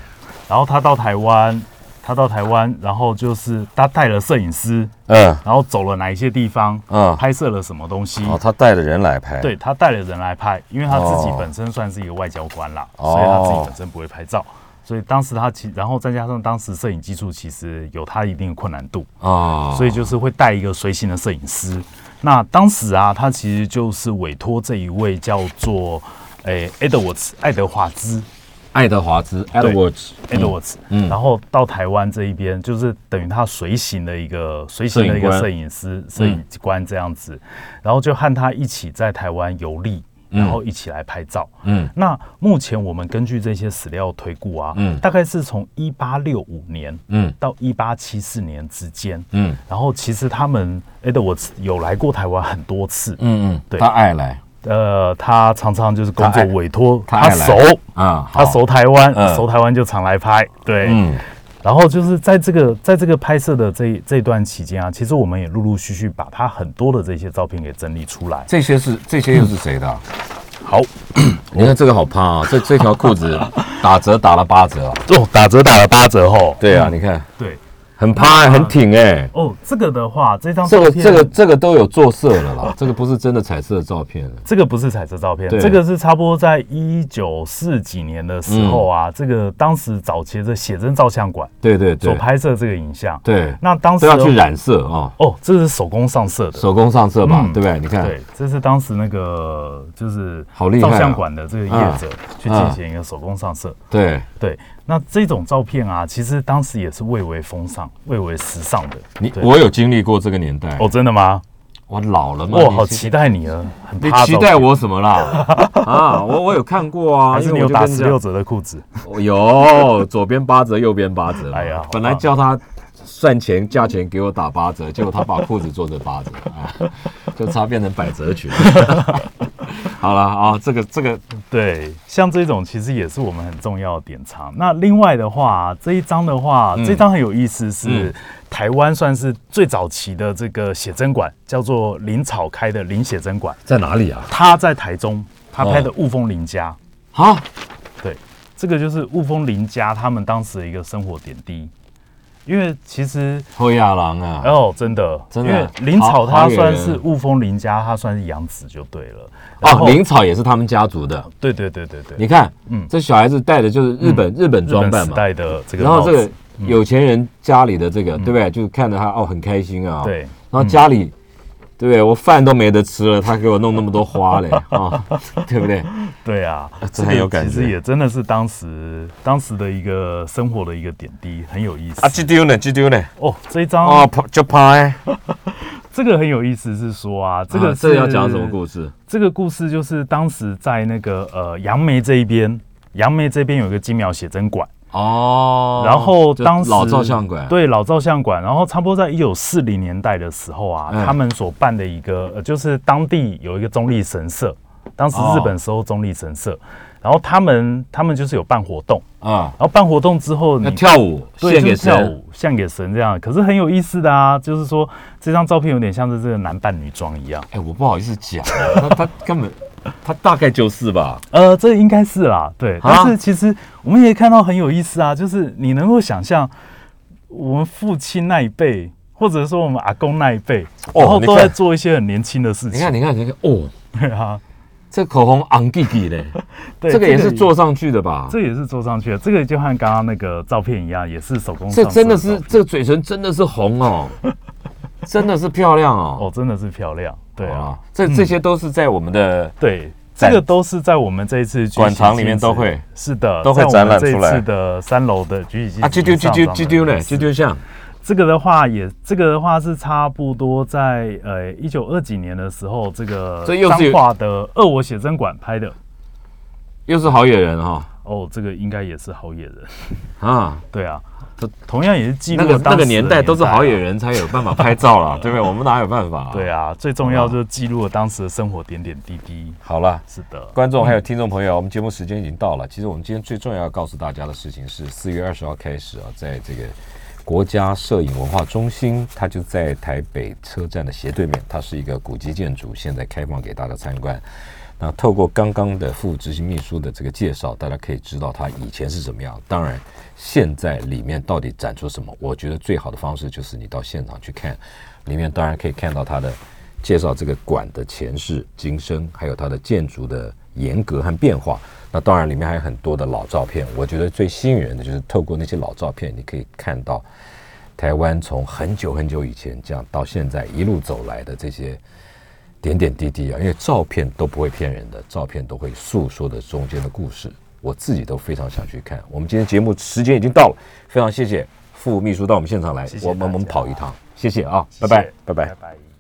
S3: 然后他到台湾，他到台湾，然后就是他带了摄影师，
S2: 嗯
S3: 然后走了哪一些地方，
S2: 嗯
S3: 拍摄了什么东西。
S2: 哦，他带着人来拍，
S3: 对他带了人来拍，因为他自己
S2: 哦
S3: 本身算是一个外交官啦，
S2: 哦
S3: 所以他自己本身不会拍照。所以当时他其，然后再加上当时摄影技术其实有它一定的困难度，
S2: 啊，
S3: 所以就是会带一个随行的摄影师。那当时啊，他其实就是委托这一位叫做诶 Edwards 爱德华兹
S2: 爱德华兹 Edwards
S3: Edwards，
S2: 嗯
S3: 然后到台湾这一边，就是等于他随行的一个随行的一个
S2: 摄
S3: 摄
S2: 影嗯
S3: 影师、摄影官这样子，然后就和他一起在台湾游历，然后一起来拍照。
S2: 嗯
S3: 那目前我们根据这些史料推估啊，
S2: 嗯
S3: 大概是从一八六五年
S2: 嗯
S3: 到一八七四年之间，
S2: 嗯
S3: 然后其实他们 Edwards 有来过台湾很多次，
S2: 嗯嗯，
S3: 对
S2: 他爱来
S3: 呃，他常常就是工
S2: 他
S3: 作
S2: 爱
S3: 委托
S2: 他爱来
S3: 熟，
S2: 啊，
S3: 他
S2: 好
S3: 熟台湾，
S2: 嗯
S3: 熟台湾就常来拍，对，
S2: 嗯
S3: 然后就是在这个在这个拍摄的这一这一段期间啊，其实我们也陆陆续续把他很多的这些照片给整理出来。
S2: 这些是这些又是谁的啊？
S3: 嗯好，
S2: (clears throat) 你看这个好胖啊，这这条裤
S3: (laughs)
S2: 子打折打了八折啊。
S3: 哦，打折打了八折吼。
S2: 对啊，你看
S3: 对，
S2: 很趴欸很挺哎，
S3: 哦，这个的话，这张
S2: 这
S3: 照
S2: 个
S3: 片
S2: 这个这个都有做色了啦，这个不是真的彩色的照片了。
S3: 这个不是彩色照片，
S2: 对
S3: 这个是差不多在一九四几年的时候啊，这个当时早期的写真照相馆
S2: 对嗯对
S3: 所
S2: 对
S3: 拍摄这个影像，
S2: 对，
S3: 那当时
S2: 都要去
S3: 的
S2: 染色啊，
S3: 哦，这是手工上色的，
S2: 手工上色嘛，
S3: 嗯
S2: 对不对？你看，
S3: 对，这是当时那个就是
S2: 哎好厉害啊嗯
S3: 照相馆的这个业者去进行一个手工上色。
S2: 对
S3: 对，那这种照片啊，其实当时也是蔚为风尚、蔚为时尚的。
S2: 你
S3: 对
S2: 我有经历过这个年代，
S3: 哦，真的吗？
S2: 我老了嘛，
S3: 哇，
S2: 你
S3: 好
S2: 这
S3: 期待你啊！很
S2: 你
S3: 怕
S2: 期
S3: 照
S2: 待
S3: 片，
S2: 我什么啦？ (laughs) 啊，我我有看过啊，
S3: (laughs) 还是
S2: 因
S3: 你
S2: 为我
S3: 有
S2: 就
S3: 打
S2: 跟
S3: 十
S2: 这样
S3: 六折的裤子？
S2: 我有左边八折，右边八折嘛。
S3: 哎呀好
S2: 本来
S3: 棒
S2: 叫他算钱价钱给我打八
S3: (laughs)
S2: 折，结果他把裤子做成八折，啊，就差变成百褶裙。
S3: (laughs)
S2: 好了啊，这个这个
S3: 对，像这种其实也是我们很重要的典藏。那另外的话，啊这一张的话，这张很有意思是，
S2: 嗯
S3: 台湾算是最早期的这个写真馆，叫做林草开的林写真馆，
S2: 在哪里啊？
S3: 他在台中，他拍的《雾峰林家》
S2: 啊，
S3: 对，这个就是雾峰林家他们当时的一个生活点滴。因为其实
S2: 侯亚郎啊，
S3: 哦，真的，
S2: 真的
S3: 因为林
S2: 好
S3: 草
S2: 好
S3: 他
S2: 野
S3: 算
S2: 人
S3: 是雾峰林家，他算是养子就对了。然
S2: 哦，
S3: 后
S2: 林草也是他们家族的。
S3: 对对对对对，
S2: 你看，
S3: 嗯
S2: 这小孩子戴的就是日本日本
S3: 日
S2: 装
S3: 本
S2: 扮
S3: 时
S2: 嘛，
S3: 代的这个
S2: 然
S3: 帽
S2: 后
S3: 子，嗯
S2: 这个有钱人家里的这个，对不对？就看着他哦，很开心啊。
S3: 对
S2: 然后家里，对不对？我饭都没得吃了，他给我弄那么多花 (laughs) 嘞啊，对不对？
S3: 对啊，
S2: 这很有感
S3: 其实
S2: 觉
S3: 也真的是当时当时的一个生活的一个点滴，很有意思。
S2: 丢呢，啊这丢呢，
S3: 哦，这一张、
S2: 哦，就拍。
S3: 这个很有意思，是说啊，这
S2: 这
S3: 个、
S2: 个这个要讲什么故
S3: 事？
S2: 事？
S3: 这个故事就是当时在那个呃杨梅这一边，杨梅这边有一个金苗写真馆，
S2: 哦，
S3: 然后
S2: 就
S3: 当时
S2: 老照相馆，，
S3: 对老照相馆，然后差不多在一九四零年代的时候啊，
S2: 嗯
S3: 他们所办的一个、呃就是当地有一个中立神社，当时
S2: 哦
S3: 日本时候中立神社，然后他们他们就是有办活动，
S2: 啊，
S3: 然后办活动之后你
S2: 要跳舞，
S3: 对
S2: 献
S3: 就
S2: 给
S3: 是跳
S2: 神，
S3: 舞献给神这样，可是很有意思的啊，就是说这张照片有点像是这个男扮女装一样，
S2: 哎，我不好意思 (laughs) 讲，他他根本 (laughs) 他大概就是吧，
S3: 呃，这应该是啦，对，
S2: 啊
S3: 但是其实我们也看到很有意思啊，就是你能够想象我们父亲那一辈，或者说我们阿公那一辈，
S2: 哦
S3: 然后
S2: 你
S3: 都
S2: 看
S3: 在做一些很年轻的事
S2: 你
S3: 情
S2: 看，，你看，你看， (laughs) 哦，
S3: 对啊，
S2: 这口红昂弟弟 (laughs) 嘞，
S3: 对
S2: 这个也是做，上去的吧？
S3: 这个也是做上去的，这个就和刚刚那个照片一样，也是手工上
S2: 这
S3: 色照片，
S2: 真的是这个嘴唇真的是红
S3: (laughs)
S2: 哦，真的是漂亮哦。
S3: 哦，真的是漂亮，对啊嗯
S2: 啊，，这这些都是在我们的
S3: 对，
S2: 展
S3: 这个都是在我们这一次举起
S2: 馆藏里面
S3: 镜子
S2: 都会，
S3: 是的，
S2: 都会
S3: 在我
S2: 展览
S3: 们这一
S2: 出来
S3: 次的三楼的举起
S2: 啊，
S3: 这
S2: 啾啾啾啾啾啾嘞，啾
S3: 这
S2: 啾像
S3: 这个的话也，这个的话是差不多在呃一九二几年的时候，这个
S2: 这又是有
S3: 彰化的二我写真馆拍的。
S2: 又是好野人哈
S3: 哦，这个应该也是好野人，
S2: 啊，
S3: 对啊，这同样也是记录
S2: 那个
S3: 了当
S2: 那
S3: 时
S2: 个
S3: 的
S2: 年代都是好野
S3: 啊。
S2: 人才有办法拍照了，对不对？我们哪有办法？
S3: 对
S2: 啊，
S3: 啊，最重要就是记录了当时的生活点点滴滴。
S2: 好了。
S3: 是的，
S2: 观众还有听众朋友，我们节目时间已经到了。其实我们今天最重要要告诉大家的事情是，四月二十号开始啊，在这个国家摄影文化中心，它就在台北车站的斜对面，它是一个古迹建筑，现在开放给大家参观。那透过刚刚的副执行秘书的这个介绍，大家可以知道它以前是怎么样。当然，现在里面到底展出什么，我觉得最好的方式就是你到现场去看，里面当然可以看到它的介绍这个馆的前世今生，还有它的建筑的严格和变化。那当然，里面还有很多的老照片。我觉得最吸引人的就是透过那些老照片，你可以看到台湾从很久很久以前这样到现在一路走来的这些点点滴滴啊，因为照片都不会骗人的，照片都会诉说的中间的故事。我自己都非常想去看。我们今天节目时间已经到了，非常谢谢副秘书到我们现场来，
S3: 谢谢
S2: 我们我
S3: 大
S2: 们
S3: 家
S2: 跑一趟，谢谢啊，
S3: 谢谢
S2: 拜拜，拜拜
S3: 拜。拜